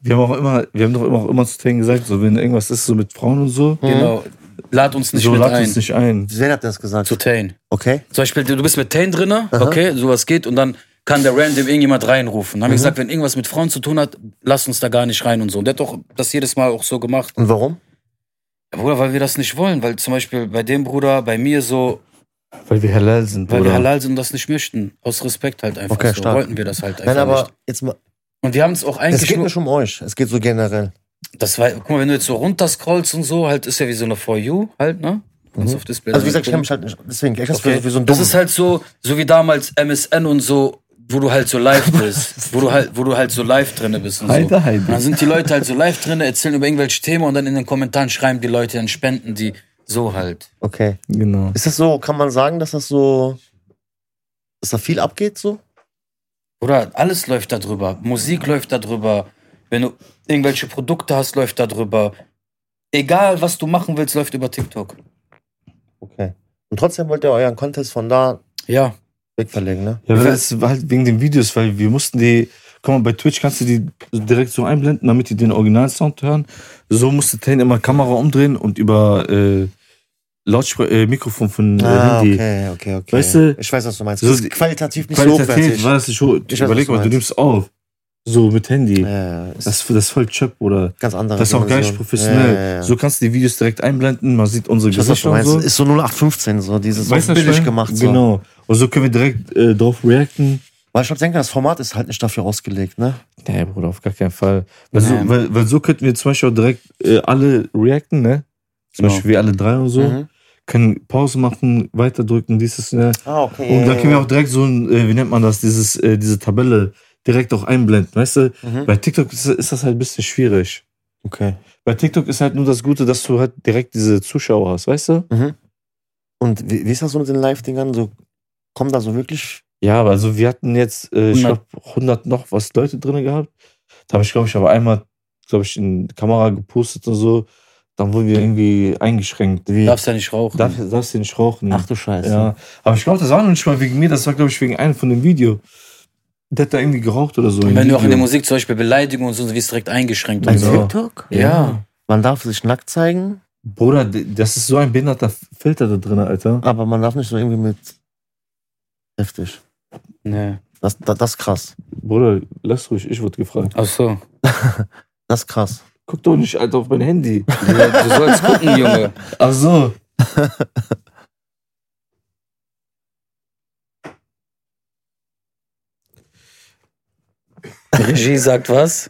Speaker 1: Wir haben auch immer, wir haben doch immer auch immer zu Tang gesagt, so wenn irgendwas ist so mit Frauen und so,
Speaker 3: Genau. Lad uns nicht
Speaker 1: so
Speaker 3: mit
Speaker 1: lad
Speaker 3: ein.
Speaker 1: uns nicht ein.
Speaker 2: Wer hat das gesagt?
Speaker 3: Zu Tane.
Speaker 2: Okay.
Speaker 3: Zum Beispiel, du bist mit Tane drinne, okay, sowas geht und dann kann der random irgendjemand reinrufen.
Speaker 2: Mhm.
Speaker 3: Dann haben wir gesagt, wenn irgendwas mit Frauen zu tun hat, lass uns da gar nicht rein und so. Und der hat doch das jedes Mal auch so gemacht.
Speaker 2: Und warum?
Speaker 3: Ja, Bruder, weil wir das nicht wollen, weil zum Beispiel bei dem Bruder, bei mir so,
Speaker 1: Weil wir halal sind,
Speaker 3: weil wir
Speaker 1: Bruder.
Speaker 3: halal sind und das nicht möchten. Aus Respekt halt einfach.
Speaker 2: Okay,
Speaker 3: so
Speaker 2: stark.
Speaker 3: wollten wir das halt einfach
Speaker 2: Nein, aber
Speaker 3: nicht.
Speaker 2: jetzt mal.
Speaker 3: Und wir haben es auch
Speaker 2: Es
Speaker 3: eigentlich
Speaker 2: geht
Speaker 3: nur,
Speaker 2: nicht um euch. Es geht so generell.
Speaker 3: das war, guck mal, wenn du jetzt so runterscrollst und so, halt ist ja wie so eine For You halt, ne? Kannst auf Display
Speaker 2: Mhm. Also, wie gesagt, ich
Speaker 3: sehen.
Speaker 2: kann mich halt nicht. Deswegen, ich hab's
Speaker 3: Okay.
Speaker 2: für, für so ein
Speaker 3: Das
Speaker 2: Dumm.
Speaker 3: ist halt so, so wie damals MSN und so, wo du halt so live bist, wo du halt, wo du halt so live drinne bist und so.
Speaker 1: Heide, heide.
Speaker 3: Und dann sind die Leute halt so live drinne, erzählen über irgendwelche Themen und dann in den Kommentaren schreiben die Leute, dann spenden die so halt.
Speaker 2: Okay.
Speaker 1: Genau.
Speaker 2: Ist das so, kann man sagen, dass das so. Dass da viel abgeht so?
Speaker 3: Oder alles läuft da drüber. Musik läuft da drüber. Wenn du irgendwelche Produkte hast, läuft da drüber. Egal, was du machen willst, läuft über TikTok.
Speaker 2: Okay. Und trotzdem wollt ihr euren Contest von da
Speaker 3: Ja.
Speaker 2: wegverlegen, ne?
Speaker 1: Ja, weil das war halt wegen den Videos, weil wir mussten die, guck mal, bei Twitch kannst du die direkt so einblenden, damit die den Originalsound hören. So musste Tane immer Kamera umdehen und über äh, Lautspre äh, Mikrofon von äh,
Speaker 2: Ah,
Speaker 1: Handy.
Speaker 2: okay, okay, okay.
Speaker 1: Weißt du,
Speaker 2: ich weiß, was du meinst.
Speaker 1: so
Speaker 2: Das ist
Speaker 1: die-
Speaker 2: qualitativ nicht so
Speaker 1: Qualität
Speaker 2: hochwertig.
Speaker 1: war das nicht hoch.
Speaker 2: Ich weiß, was
Speaker 1: Überleg
Speaker 2: du
Speaker 1: mal, du
Speaker 2: meinst.
Speaker 1: nimmst auf. So mit Handy.
Speaker 2: Ja, ist
Speaker 1: Das, das ist voll Chöp, oder?
Speaker 2: ganz andere.
Speaker 1: Das ist auch gar nicht
Speaker 2: Dimension.
Speaker 1: professionell.
Speaker 2: Ja, ja, ja.
Speaker 1: So kannst du die Videos direkt einblenden, man sieht unsere
Speaker 2: ich weiß, was
Speaker 1: Gesichter
Speaker 2: du
Speaker 1: und
Speaker 2: meinst.
Speaker 1: so.
Speaker 2: Ist so 0815, so dieses
Speaker 1: Weißt
Speaker 2: so
Speaker 1: du, was ich
Speaker 2: billig
Speaker 1: meine?
Speaker 2: gemacht. So.
Speaker 1: Genau. Und so können wir direkt äh, drauf reacten.
Speaker 2: Weil ich schon denke, das Format ist halt nicht dafür ausgelegt, ne?
Speaker 1: Nee, Bruder, auf gar keinen Fall. Weil,
Speaker 3: Nee.
Speaker 1: so, weil, weil so könnten wir zum Beispiel auch direkt äh, alle reacten, ne? Zum
Speaker 2: Genau.
Speaker 1: Beispiel wir alle drei und so.
Speaker 2: Mhm.
Speaker 1: Können Pause machen, weiterdrücken, dieses, ne?
Speaker 2: Ah, okay.
Speaker 1: Und dann können wir auch direkt so ein, äh, wie nennt man das, dieses, äh, diese Tabelle direkt auch einblenden, weißt du?
Speaker 2: Mhm.
Speaker 1: Bei TikTok ist, ist das halt ein bisschen schwierig.
Speaker 2: Okay.
Speaker 1: Bei TikTok ist halt nur das Gute, dass du halt direkt diese Zuschauer hast, weißt du?
Speaker 2: Mhm. Und wie, wie ist das so mit den Live-Dingern? So, kommen da so wirklich.
Speaker 1: Ja, aber also wir hatten jetzt, äh, ich
Speaker 3: 100.
Speaker 1: glaube, 100 noch was Leute drin gehabt. Da habe ich, glaube ich, aber einmal, glaube ich, in die Kamera gepustet und so. Dann wurden wir irgendwie eingeschränkt. Wie?
Speaker 3: Darfst ja nicht rauchen.
Speaker 1: darf, darfst du nicht rauchen?
Speaker 2: Ach du Scheiße.
Speaker 1: ja. Aber ich glaube, das war noch nicht mal wegen mir, das war, glaube ich, wegen einem von dem Video. Der hat da irgendwie geraucht oder so.
Speaker 3: Und
Speaker 1: im
Speaker 3: wenn du auch in der
Speaker 1: Video.
Speaker 3: Musik zum Beispiel Beleidigungen und so, wirst du direkt eingeschränkt.
Speaker 2: Bei
Speaker 3: Und so.
Speaker 1: Genau.
Speaker 2: TikTok?
Speaker 3: Ja.
Speaker 2: Man darf sich nackt zeigen,
Speaker 1: Bruder, d- das ist so ein behinderter Filter da drin, Alter.
Speaker 2: aber man darf nicht so irgendwie mit. Heftig.
Speaker 3: Nee.
Speaker 2: Das, das, das ist krass.
Speaker 1: Bruder, lass ruhig, ich wurde gefragt.
Speaker 3: Ach so.
Speaker 2: Das ist krass.
Speaker 1: Guck doch nicht, Alter, auf mein Handy.
Speaker 3: Ja, du sollst gucken, Junge.
Speaker 1: Ach so.
Speaker 3: Regie sagt was?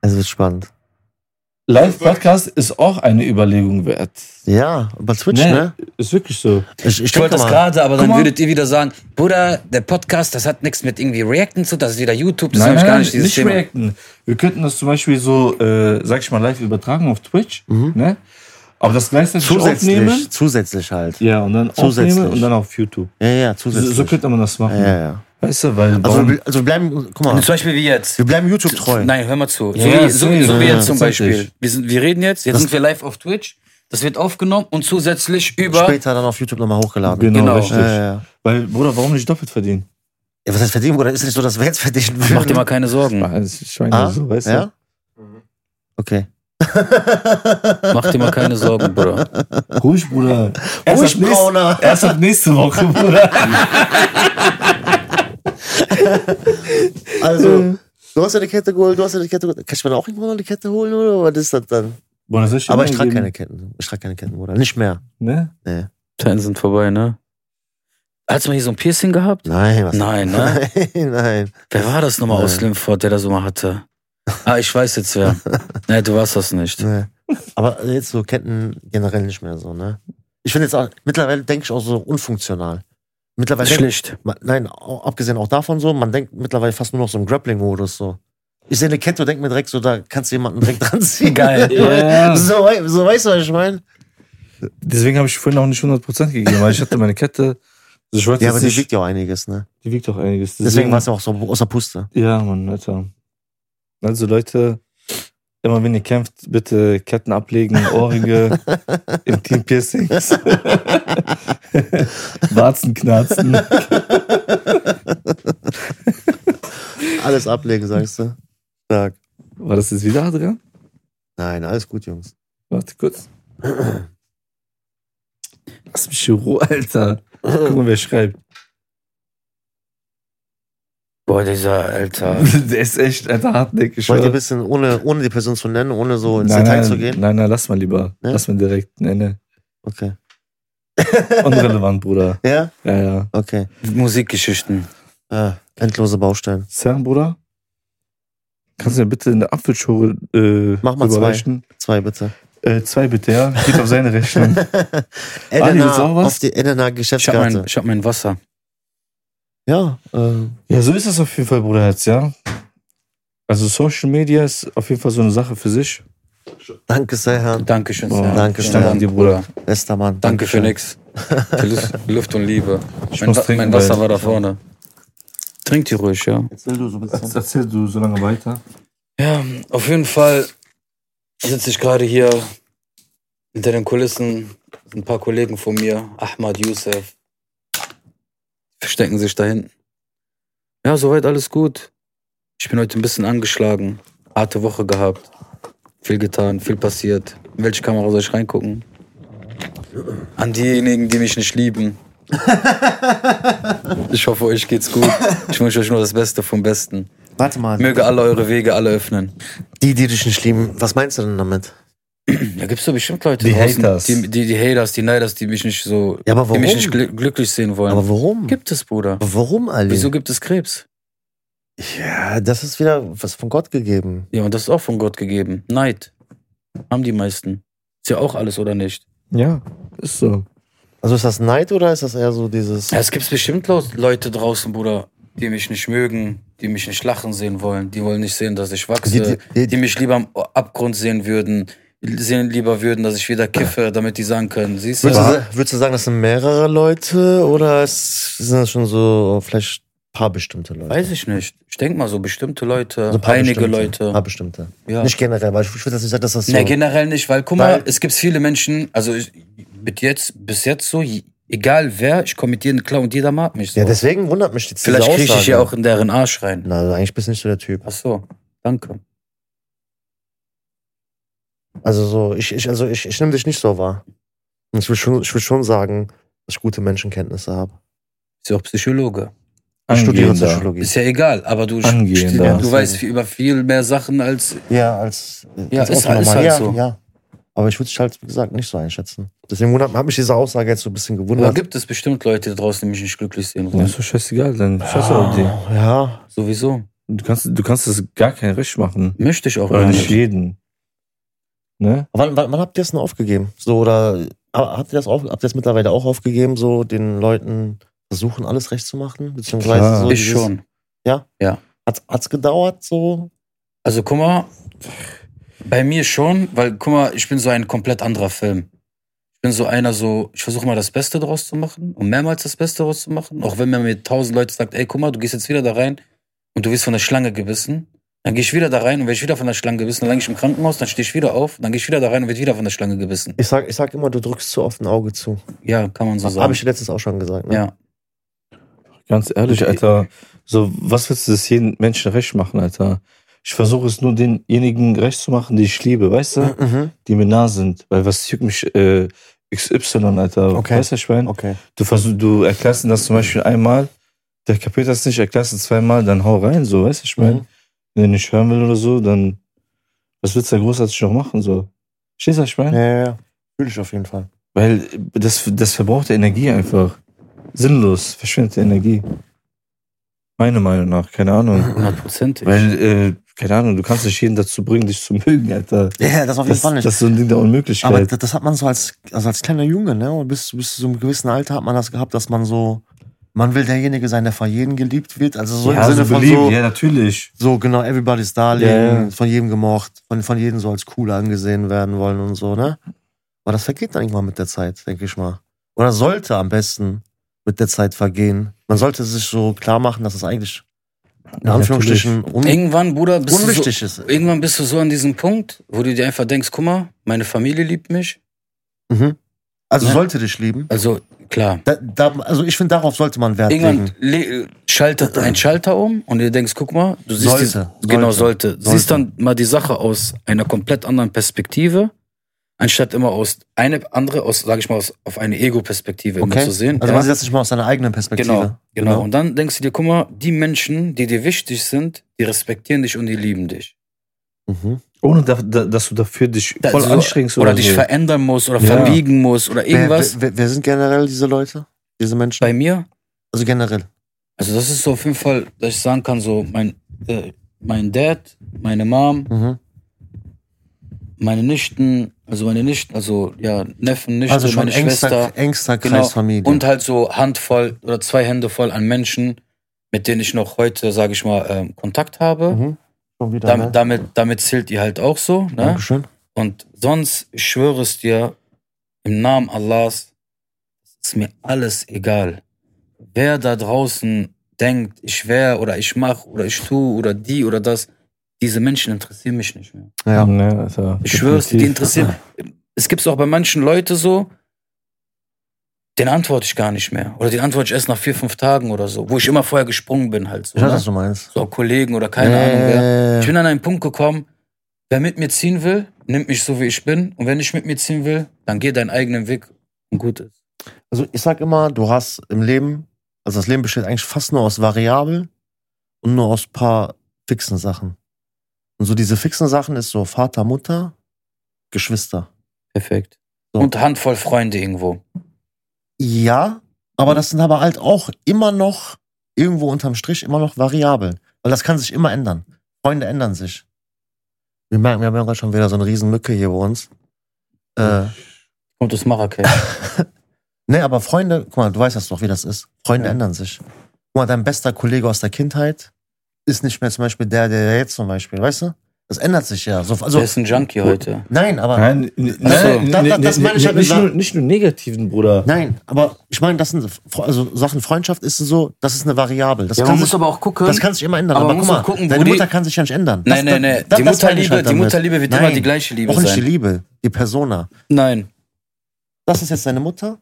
Speaker 2: Es wird spannend.
Speaker 1: Live-Podcast ist auch eine Überlegung wert.
Speaker 2: Ja, über Twitch,
Speaker 1: Nee,
Speaker 2: ne?
Speaker 1: Ist wirklich so.
Speaker 2: Ich,
Speaker 3: Ich wollte das
Speaker 2: mal,
Speaker 3: gerade, aber dann
Speaker 1: mal.
Speaker 3: würdet ihr wieder sagen, Bruder, der Podcast, das hat nichts mit irgendwie Reacten zu, das ist wieder YouTube, das
Speaker 1: nein,
Speaker 3: habe ich
Speaker 1: nein,
Speaker 3: gar nicht dieses
Speaker 1: nicht
Speaker 3: Thema.
Speaker 1: reacten. Wir könnten das zum Beispiel so, äh, sag ich mal, live übertragen auf Twitch.
Speaker 2: Mhm.
Speaker 1: Ne? Aber das gleichzeitig aufnehmen.
Speaker 2: Zusätzlich, zusätzlich halt.
Speaker 1: Ja, und dann
Speaker 2: Zusätzlich.
Speaker 1: aufnehmen und dann auf YouTube.
Speaker 2: Ja, ja,
Speaker 1: So,
Speaker 2: zusätzlich.
Speaker 1: so könnte man das
Speaker 2: ja,
Speaker 1: machen.
Speaker 2: ja, ja.
Speaker 1: Weißt du, weil
Speaker 2: Also,
Speaker 1: warum-
Speaker 2: wir- also wir bleiben, guck
Speaker 3: Und
Speaker 2: mal,
Speaker 3: Zum Beispiel wie jetzt.
Speaker 2: wir bleiben YouTube treu.
Speaker 3: Nein, hör mal zu. So,
Speaker 1: Ja,
Speaker 3: wie, so,
Speaker 1: sorry,
Speaker 3: so wie
Speaker 1: ja,
Speaker 3: jetzt zum
Speaker 1: tatsächlich.
Speaker 3: Beispiel. Wir, sind, wir reden jetzt, jetzt sind wir live auf Twitch, das wird aufgenommen und zusätzlich über.
Speaker 2: Später dann auf YouTube nochmal hochgeladen.
Speaker 1: genau,
Speaker 3: genau.
Speaker 1: richtig.
Speaker 2: Ja, ja, ja.
Speaker 1: Weil, Bruder, warum nicht doppelt verdienen?
Speaker 2: ja, was heißt verdienen, Bruder? Ist nicht so, dass wir jetzt verdienen würden.
Speaker 3: Mach dir mal keine Sorgen.
Speaker 1: Also, ich meine,
Speaker 2: ah,
Speaker 1: so, weißt du?
Speaker 2: ja? Okay.
Speaker 3: Mach dir mal keine Sorgen, Bruder.
Speaker 1: Ruhig, Bruder. Erst
Speaker 2: Ruhig,
Speaker 1: ab nächst-
Speaker 2: Oh, Brauner.
Speaker 1: Erst ab nächste Woche, Bruder.
Speaker 2: Also, du hast ja eine Kette geholt, du hast ja eine Kette geholt. Kann ich mir da auch irgendwann mal eine Kette holen, oder was ist das dann?
Speaker 1: Bruder, soll ich dir
Speaker 2: Aber
Speaker 1: mal
Speaker 2: ich trage
Speaker 1: geben?
Speaker 2: keine Ketten. Ich trage keine Ketten, Bruder. Nicht mehr.
Speaker 1: Ne?
Speaker 3: Zeiten sind vorbei, ne? Hast du mal hier so ein Piercing gehabt?
Speaker 2: Nein, was?
Speaker 3: Nein, ne?
Speaker 2: Nein, nein.
Speaker 3: Wer war das nochmal aus Limford, der das mal hatte? Ah, ich weiß jetzt wer. Nee, du warst das nicht.
Speaker 2: Nee. Aber jetzt so Ketten generell nicht mehr so, ne? Ich finde jetzt auch, mittlerweile denke ich auch so unfunktional. Mittlerweile denk,
Speaker 3: Schlecht.
Speaker 2: man, nein, au- abgesehen auch davon so, man denkt mittlerweile fast nur noch so im Grappling-Modus so. Ich sehe eine Kento, denke mir direkt so, da kannst du jemanden direkt dran ziehen.
Speaker 3: Geil.
Speaker 1: Ja.
Speaker 2: So, wei- so weißt du, was ich meine?
Speaker 1: Deswegen habe ich vorhin auch nicht 100% gegeben, weil ich hatte meine Kette. Also ich wollte
Speaker 2: Ja,
Speaker 1: jetzt
Speaker 2: aber die
Speaker 1: nicht,
Speaker 2: wiegt ja auch einiges, ne?
Speaker 1: die wiegt doch einiges.
Speaker 2: Deswegen war es ja auch so außer Puste.
Speaker 1: Ja, Mann, Alter. Also Leute, immer wenn ihr kämpft, bitte Ketten ablegen, Ohrringe, im Team Piercings, Warzen knarzen.
Speaker 2: Alles ablegen, sagst du. Stark.
Speaker 1: War das jetzt wieder Adrian?
Speaker 2: Nein, alles gut, Jungs.
Speaker 1: Warte kurz. Lass mich in Ruhe, Alter. Guck mal, wer schreibt.
Speaker 3: Boah, dieser Alter.
Speaker 1: Der ist echt, Alter, hartnäckig.
Speaker 2: Wollt ihr
Speaker 1: oder?
Speaker 2: ein bisschen, ohne, ohne die Person zu nennen, ohne so ins
Speaker 1: nein,
Speaker 2: Detail
Speaker 1: nein,
Speaker 2: zu gehen?
Speaker 1: Nein, nein, lass mal lieber.
Speaker 2: Ne?
Speaker 1: Lass mal direkt. Nee, nee.
Speaker 2: Okay.
Speaker 1: Unrelevant, Bruder.
Speaker 2: Ja?
Speaker 1: Ja, ja.
Speaker 2: Okay.
Speaker 3: Musikgeschichten.
Speaker 2: Äh, endlose Baustellen.
Speaker 1: Sam, Bruder? Kannst du mir bitte eine Apfelschore äh,
Speaker 2: Mach mal zwei.
Speaker 1: überreichen?
Speaker 2: Zwei bitte.
Speaker 1: Äh, zwei bitte, ja. Geht auf seine Rechnung. Ali, willst du auch was?
Speaker 2: auf die
Speaker 3: Ich
Speaker 2: Elena
Speaker 3: hab, mein,
Speaker 2: Geschäftskarte.
Speaker 3: ich hab mein Wasser.
Speaker 2: Ja, äh,
Speaker 1: ja, so ist das auf jeden Fall, Bruderherz, ja. Also Social Media ist auf jeden Fall so eine Sache für sich.
Speaker 2: danke sehr, Herr
Speaker 3: Dankeschön.
Speaker 1: Oh,
Speaker 3: Sam.
Speaker 2: danke,
Speaker 3: Vielen
Speaker 2: Sam.
Speaker 3: Dank,
Speaker 1: Dir, Bruder.
Speaker 2: Westermann.
Speaker 3: Danke für
Speaker 2: Dankeschön.
Speaker 3: nix. Für Luft, Luft und Liebe.
Speaker 1: Ich
Speaker 3: Mein,
Speaker 1: muss
Speaker 3: Wa-
Speaker 1: trinken,
Speaker 3: mein Wasser
Speaker 1: weil-
Speaker 3: war da vorne. Trink die ruhig, ja.
Speaker 2: Erzähl du so ein bisschen.
Speaker 1: Erzähl du so lange weiter.
Speaker 3: Ja, auf jeden Fall sitze ich gerade hier hinter den Kulissen. Ein paar Kollegen von mir, Ahmad Youssef, verstecken sich da hinten. Ja, soweit alles gut. Ich bin heute ein bisschen angeschlagen. Harte Woche gehabt. Viel getan, viel passiert. In welche Kamera soll ich reingucken? An diejenigen, die mich nicht lieben. Ich hoffe, euch geht's gut. Ich wünsche euch nur das Beste vom Besten.
Speaker 2: Warte mal.
Speaker 3: Möge alle eure Wege alle öffnen.
Speaker 2: Die, die dich nicht lieben, was meinst du denn damit?
Speaker 3: Da gibt's doch bestimmt Leute.
Speaker 1: Die
Speaker 3: draußen,
Speaker 1: Haters.
Speaker 3: Die, die, die Haters, die Neiders, die mich nicht so.
Speaker 2: Ja, aber
Speaker 3: Die
Speaker 2: warum?
Speaker 3: mich nicht glü glücklich sehen wollen.
Speaker 2: Aber warum?
Speaker 3: gibt es, Bruder.
Speaker 2: Aber warum, Ali?
Speaker 3: Wieso gibt es Krebs?
Speaker 2: Ja, das ist wieder was von Gott gegeben.
Speaker 3: Ja, und das ist auch von Gott gegeben. Neid. Haben die meisten. Ist ja auch alles, oder nicht?
Speaker 1: Ja, ist so.
Speaker 2: Also ist das Neid oder ist das eher so dieses.
Speaker 3: Ja, es gibt bestimmt Leu- Leute draußen, Bruder, die mich nicht mögen, die mich nicht lachen sehen wollen, die wollen nicht sehen, dass ich wachse,
Speaker 2: Die-
Speaker 3: äh, die,
Speaker 2: die- die-
Speaker 3: mich lieber am Abgrund sehen würden, sehen lieber würden, dass ich wieder kiffe, damit die sagen können, siehst du,
Speaker 2: Würdest du, sa- würdest du sagen, das sind mehrere Leute oder ist, sind das schon so vielleicht ein paar bestimmte Leute?
Speaker 3: weiß ich nicht. Ich denke mal so bestimmte Leute,
Speaker 2: Also ein paar
Speaker 3: einige
Speaker 2: bestimmte,
Speaker 3: Leute.
Speaker 2: Ein paar bestimmte.
Speaker 3: Ja.
Speaker 2: Nicht generell, weil ich, ich würde das nicht sagen, dass das so.
Speaker 3: Nee, generell nicht, weil guck mal,
Speaker 2: Weil-
Speaker 3: es gibt viele Menschen, also ich, mit jetzt, bis jetzt so, je- egal wer, ich komme mit jedem klar und jeder mag mich so.
Speaker 2: ja, deswegen wundert mich jetzt
Speaker 3: Vielleicht
Speaker 2: diese
Speaker 3: kriege ich
Speaker 2: Aussage.
Speaker 3: ja auch in deren Arsch rein.
Speaker 2: Na, also eigentlich bist du nicht so der Typ.
Speaker 3: Ach so, danke.
Speaker 2: Also so, ich, ich, also ich, ich nehme dich nicht so wahr. Und ich will schon, ich will schon sagen, dass ich gute Menschenkenntnisse habe.
Speaker 3: Ist ja auch Psychologe.
Speaker 2: Ich studiere
Speaker 1: Angehender.
Speaker 2: Psychologie.
Speaker 3: Ist ja egal, aber du,
Speaker 1: Angehender.
Speaker 3: du, du weißt viel, über viel mehr Sachen als.
Speaker 2: Ja, als,
Speaker 3: Ja,
Speaker 2: als
Speaker 3: ist-
Speaker 2: Otto
Speaker 3: ist
Speaker 2: normal.
Speaker 3: halt
Speaker 2: ja,
Speaker 3: so.
Speaker 2: ja. Aber ich würde dich halt, wie gesagt, nicht so einschätzen. Deswegen wundert, hat mich diese Aussage jetzt so ein bisschen
Speaker 3: Da
Speaker 2: gewundert.
Speaker 3: gibt es bestimmt Leute da draußen, die mich nicht glücklich sehen
Speaker 1: Ja,
Speaker 3: wollen.
Speaker 1: ist doch scheißegal, dann scheiß auf die.
Speaker 2: Ah, ja,
Speaker 3: Sowieso.
Speaker 1: Du kannst, du kannst das gar kein Recht machen.
Speaker 3: Möchte ich auch
Speaker 1: Oder
Speaker 3: gar
Speaker 1: nicht
Speaker 3: nicht.
Speaker 1: jeden. Ne?
Speaker 2: Wann, wann, wann habt ihr das denn aufgegeben? So, oder aber habt ihr das, auf, habt ihr das mittlerweile auch aufgegeben, so den Leuten versuchen, alles recht zu machen? Beziehungsweise
Speaker 1: Klar.
Speaker 2: so
Speaker 3: Ich
Speaker 2: dieses-
Speaker 3: schon.
Speaker 2: Hat's, hat's gedauert, so?
Speaker 3: Also guck mal, bei mir schon, weil guck mal, ich bin so ein komplett anderer Film. Ich bin so einer so, ich versuche mal das Beste draus zu machen und mehrmals das Beste draus zu machen. Auch wenn mir mit tausend Leuten sagt, ey, guck mal, du gehst jetzt wieder da rein und du wirst von der Schlange gebissen. Dann gehe ich wieder da rein und werde ich wieder von der Schlange gebissen. Dann lange ich im Krankenhaus, dann stehe ich wieder auf, dann gehe ich wieder da rein und werde wieder von der Schlange gebissen.
Speaker 2: Ich sag, ich sag immer, du drückst zu oft ein Auge zu.
Speaker 3: Ja, kann man so
Speaker 2: Hab
Speaker 3: sagen.
Speaker 2: Habe ich dir letztens auch schon gesagt. Ne?
Speaker 3: ja.
Speaker 1: Ganz
Speaker 2: Äh,
Speaker 1: ehrlich, Alter, so was willst du das jeden Menschen recht machen, Alter? Ich versuche es nur denjenigen recht zu machen, die ich liebe, weißt du?
Speaker 2: Mhm.
Speaker 1: Die mir nah sind. Weil was juckt mich äh, XY, Alter?
Speaker 2: Okay.
Speaker 1: Weißt du, ich mein?
Speaker 2: Okay.
Speaker 1: Du, versuch, du erklärst ihm das zum Beispiel einmal, der kapiert das nicht, erklärst ihm zweimal, dann hau rein, so, weißt du, ich mein?
Speaker 2: Mhm.
Speaker 1: Wenn er nicht hören will oder so, dann was willst du da großartig noch machen, so? Verstehst du, was ich mein?
Speaker 2: Ja, ja, ja. Fühl ich auf jeden Fall.
Speaker 1: Weil das, das verbraucht Energie einfach. Sinnlos, verschwendete Energie. Meiner Meinung nach, keine Ahnung.
Speaker 3: Hundertprozentig.
Speaker 1: Weil, äh, keine Ahnung, du kannst nicht jeden dazu bringen, dich zu mögen, Alter.
Speaker 2: Ja, das auf jeden
Speaker 1: Das,
Speaker 2: Fall
Speaker 1: das
Speaker 2: nicht.
Speaker 1: ist so ein Ding der
Speaker 2: aber
Speaker 1: Unmöglichkeit.
Speaker 2: das, das hat man so als, also als kleiner Junge, ne? Und bis, bis zu einem gewissen Alter hat man das gehabt, dass man so, man will derjenige sein, der von jedem geliebt wird. Also so im Sinne von
Speaker 1: beliebt,
Speaker 2: so,
Speaker 1: ja, natürlich.
Speaker 2: so genau, everybody's darling,
Speaker 1: Ja, ja.
Speaker 2: von jedem gemocht, von, von jedem so als cool angesehen werden wollen und so, ne? Aber das vergeht dann irgendwann mit der Zeit, denke ich mal. Oder sollte am besten mit der Zeit vergehen. Man sollte sich so klar machen, dass es eigentlich in
Speaker 1: Ja,
Speaker 2: Anführungsstrichen un
Speaker 3: Irgendwann, Bruder, bist du so,
Speaker 2: unwichtig ist.
Speaker 3: irgendwann bist du so an diesem Punkt, wo du dir einfach denkst, guck mal, meine Familie liebt mich.
Speaker 2: Mhm. Also
Speaker 3: Ne?
Speaker 2: sollte dich lieben.
Speaker 3: Also klar.
Speaker 2: Da, da, also ich finde, darauf sollte man Wert legen.
Speaker 3: Irgendwann le- schaltet ein Schalter um und du denkst, guck mal, du siehst
Speaker 2: Sollte,
Speaker 3: die- genau sollte.
Speaker 2: sollte.
Speaker 3: Siehst dann mal die Sache aus einer komplett anderen Perspektive, anstatt immer aus eine andere aus, sage ich mal, aus, auf eine Ego-Perspektive immer
Speaker 2: Okay.
Speaker 3: um zu sehen.
Speaker 2: Also
Speaker 3: Ja.
Speaker 2: man sieht das nicht mal aus seiner eigenen Perspektive.
Speaker 3: Genau, genau, Und dann denkst du dir, guck mal, die Menschen, die dir wichtig sind, die respektieren dich und die lieben dich.
Speaker 2: Mhm.
Speaker 1: Ohne, da, da, dass du dafür dich
Speaker 3: Da-
Speaker 1: voll
Speaker 3: so-
Speaker 1: anstrengst
Speaker 3: Oder
Speaker 1: oder,
Speaker 3: dich
Speaker 1: so.
Speaker 3: verändern musst oder
Speaker 1: Ja.
Speaker 3: verbiegen musst oder irgendwas.
Speaker 2: Wer, wer, wer sind generell diese Leute? Diese Menschen?
Speaker 3: Bei mir,
Speaker 2: also generell.
Speaker 3: also das ist so auf jeden Fall, dass ich sagen kann, so mein, äh, mein Dad, meine Mom,
Speaker 2: Mhm.
Speaker 3: meine Nichten, also meine Nichten, also ja, Neffen, Nichten,
Speaker 2: Also schon
Speaker 3: meine Schwester.
Speaker 2: engster, engster
Speaker 3: Genau.
Speaker 2: Kreis Familie.
Speaker 3: Und halt so Handvoll oder zwei Hände voll an Menschen, mit denen ich noch heute, sage ich mal, ähm, Kontakt habe.
Speaker 2: Mhm. Schon wieder,
Speaker 3: Dam-
Speaker 2: ne?
Speaker 3: damit, damit zählt ihr halt auch so. Ne?
Speaker 2: Dankeschön.
Speaker 3: Und sonst, ich schwöre es dir, im Namen Allahs, ist mir alles egal. Wer da draußen denkt, ich wäre oder ich mache oder ich tue oder die oder das, diese Menschen interessieren mich nicht mehr.
Speaker 2: Ja.
Speaker 1: Ne, Alter,
Speaker 3: Ich schwöre es dir, die
Speaker 1: definitiv.
Speaker 3: interessieren. Es gibt auch bei manchen Leuten so, den antworte ich gar nicht mehr. Oder den antworte ich erst nach vier, fünf Tagen oder so, wo ich immer vorher gesprungen bin halt so.
Speaker 2: Ich weiß,
Speaker 3: Ne?
Speaker 2: was du meinst. Äh,
Speaker 3: So Kollegen oder keine Ahnung wer. Ich bin an einen Punkt gekommen, wer mit mir ziehen will, nimmt mich so, wie ich bin. Und wenn ich mit mir ziehen will, dann geh deinen eigenen Weg und gut ist.
Speaker 2: Also ich sag immer, du hast im Leben, also das Leben besteht eigentlich fast nur aus Variablen und nur aus paar fixen Sachen. Und so diese fixen Sachen ist so Vater, Mutter, Geschwister.
Speaker 3: Perfekt.
Speaker 2: So.
Speaker 3: Und Handvoll Freunde irgendwo.
Speaker 2: Ja, aber das sind aber halt auch immer noch irgendwo unterm Strich immer noch Variablen. Weil das kann sich immer ändern. Freunde ändern sich. Wir merken, wir haben ja gerade schon wieder so eine riesen Mücke hier bei uns. Äh,
Speaker 3: Kommt aus Marrakesch.
Speaker 2: Also, nee, ne, aber Freunde, guck mal, du weißt das doch, wie das ist. Freunde
Speaker 1: Ja.
Speaker 2: ändern sich. Guck mal, dein bester Kollege aus der Kindheit ist nicht mehr zum Beispiel der, der jetzt zum Beispiel, weißt du? Das ändert sich ja. So, also,
Speaker 3: Der ist ein Junkie heute.
Speaker 2: nein, aber
Speaker 1: Nein, ne, n-
Speaker 2: Achso,
Speaker 1: nein,
Speaker 2: da- da-
Speaker 1: n-
Speaker 2: das
Speaker 1: n-
Speaker 2: meine ich ja
Speaker 1: ne, nicht,
Speaker 2: gesagt.
Speaker 1: nur, nicht nur negativen, Bruder.
Speaker 2: nein, aber ich meine, das sind also Sachen Freundschaft ist so, das ist eine Variable. Das kann sich,
Speaker 3: auch gucken.
Speaker 2: Das kann sich immer ändern.
Speaker 3: Hm? Aber
Speaker 2: Aber,
Speaker 3: man
Speaker 2: guck
Speaker 3: muss
Speaker 2: mal,
Speaker 3: auch gucken,
Speaker 2: deine
Speaker 3: wo die-
Speaker 2: Mutter kann sich ja nicht ändern.
Speaker 3: Nein, nein, nein.
Speaker 2: das-
Speaker 3: Die
Speaker 2: das meine ich
Speaker 3: Mutterliebe,
Speaker 2: halt
Speaker 3: die
Speaker 2: damit.
Speaker 3: Mutterliebe wird
Speaker 2: Nein,
Speaker 3: immer die gleiche Liebe
Speaker 2: Auch nicht die
Speaker 3: sein.
Speaker 2: Liebe, die Persona.
Speaker 3: Nein.
Speaker 2: Das ist jetzt deine Mutter.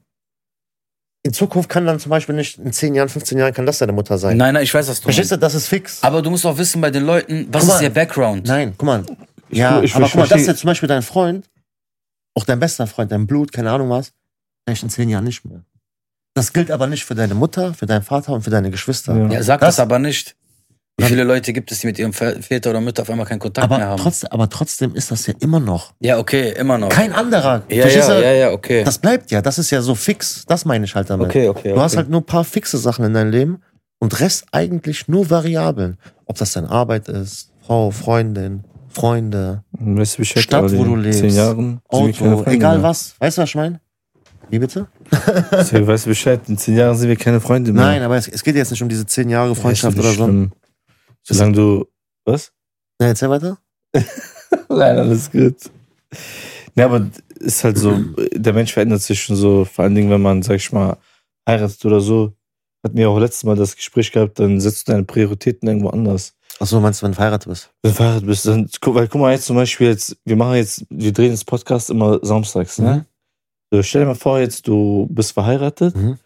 Speaker 2: In Zukunft kann dann zum Beispiel nicht, in 10 Jahren, 15 Jahren kann das deine Mutter sein.
Speaker 3: Nein, nein, ich weiß, was du
Speaker 2: Verstehst
Speaker 3: meinst.
Speaker 2: du, das ist fix.
Speaker 3: Aber du musst auch wissen bei den Leuten, was
Speaker 2: Guck
Speaker 3: ist
Speaker 2: mal.
Speaker 3: ihr Background?
Speaker 2: Nein, guck mal. Ja,
Speaker 1: ich- ich
Speaker 2: aber guck mal, das ist
Speaker 1: verstehe.
Speaker 2: jetzt zum Beispiel dein Freund, auch dein bester Freund, dein Blut, keine Ahnung was, vielleicht in 10 Jahren nicht mehr. Das gilt aber nicht für deine Mutter, für deinen Vater und für deine Geschwister.
Speaker 1: Ja.
Speaker 3: Ja, sag das,
Speaker 2: Das-
Speaker 3: aber nicht. Wie viele Leute gibt es, die mit ihrem Vä- Väter oder Mütter auf einmal keinen Kontakt mehr
Speaker 2: Aber,
Speaker 3: haben?
Speaker 2: trotzdem, aber trotzdem ist das ja immer noch.
Speaker 3: Ja, okay, immer noch.
Speaker 2: Kein anderer.
Speaker 3: ja,
Speaker 2: Verstehst
Speaker 3: ja,
Speaker 2: du?
Speaker 3: ja, ja, okay.
Speaker 2: Das bleibt ja, das ist ja so fix. Das meine ich halt damit.
Speaker 3: okay, okay.
Speaker 2: Du hast halt nur ein paar fixe Sachen in deinem Leben und Rest eigentlich nur Variablen. Ob das deine Arbeit ist, Frau, Freundin, Freunde,
Speaker 1: Dann Weißt du Bescheid,
Speaker 2: Stadt,
Speaker 1: Alter,
Speaker 2: wo du
Speaker 1: in
Speaker 2: lebst,
Speaker 1: Zehn Jahren.
Speaker 3: Also
Speaker 1: sind wir keine
Speaker 2: Auto,
Speaker 1: Freunde
Speaker 2: egal
Speaker 1: mehr.
Speaker 2: was. Weißt du, was ich meine? Wie bitte?
Speaker 1: Deswegen weißt du Bescheid, in zehn Jahren sind wir keine Freunde
Speaker 3: Genau.
Speaker 1: mehr.
Speaker 2: Nein, aber es, es geht jetzt nicht um diese zehn Jahre
Speaker 1: Ja,
Speaker 2: Freundschaft
Speaker 1: ist
Speaker 2: oder
Speaker 1: nicht
Speaker 2: so.
Speaker 1: schlimm. Solange du. Was?
Speaker 2: Na, erzähl weiter.
Speaker 1: Nein, alles gut. Ja, aber ist halt so, der Mensch verändert sich schon so, vor allen Dingen, wenn man, sag ich mal, heiratet oder so. Hatten wir auch letztes Mal das Gespräch gehabt, dann setzt du deine Prioritäten irgendwo anders.
Speaker 2: Achso, meinst du, wenn du verheiratet bist?
Speaker 1: Wenn du verheiratet bist, dann, guck- weil guck mal jetzt zum Beispiel jetzt, wir machen jetzt, wir drehen das Podcast immer samstags, ne? So, stell dir mal vor, jetzt du bist verheiratet
Speaker 2: Mhm.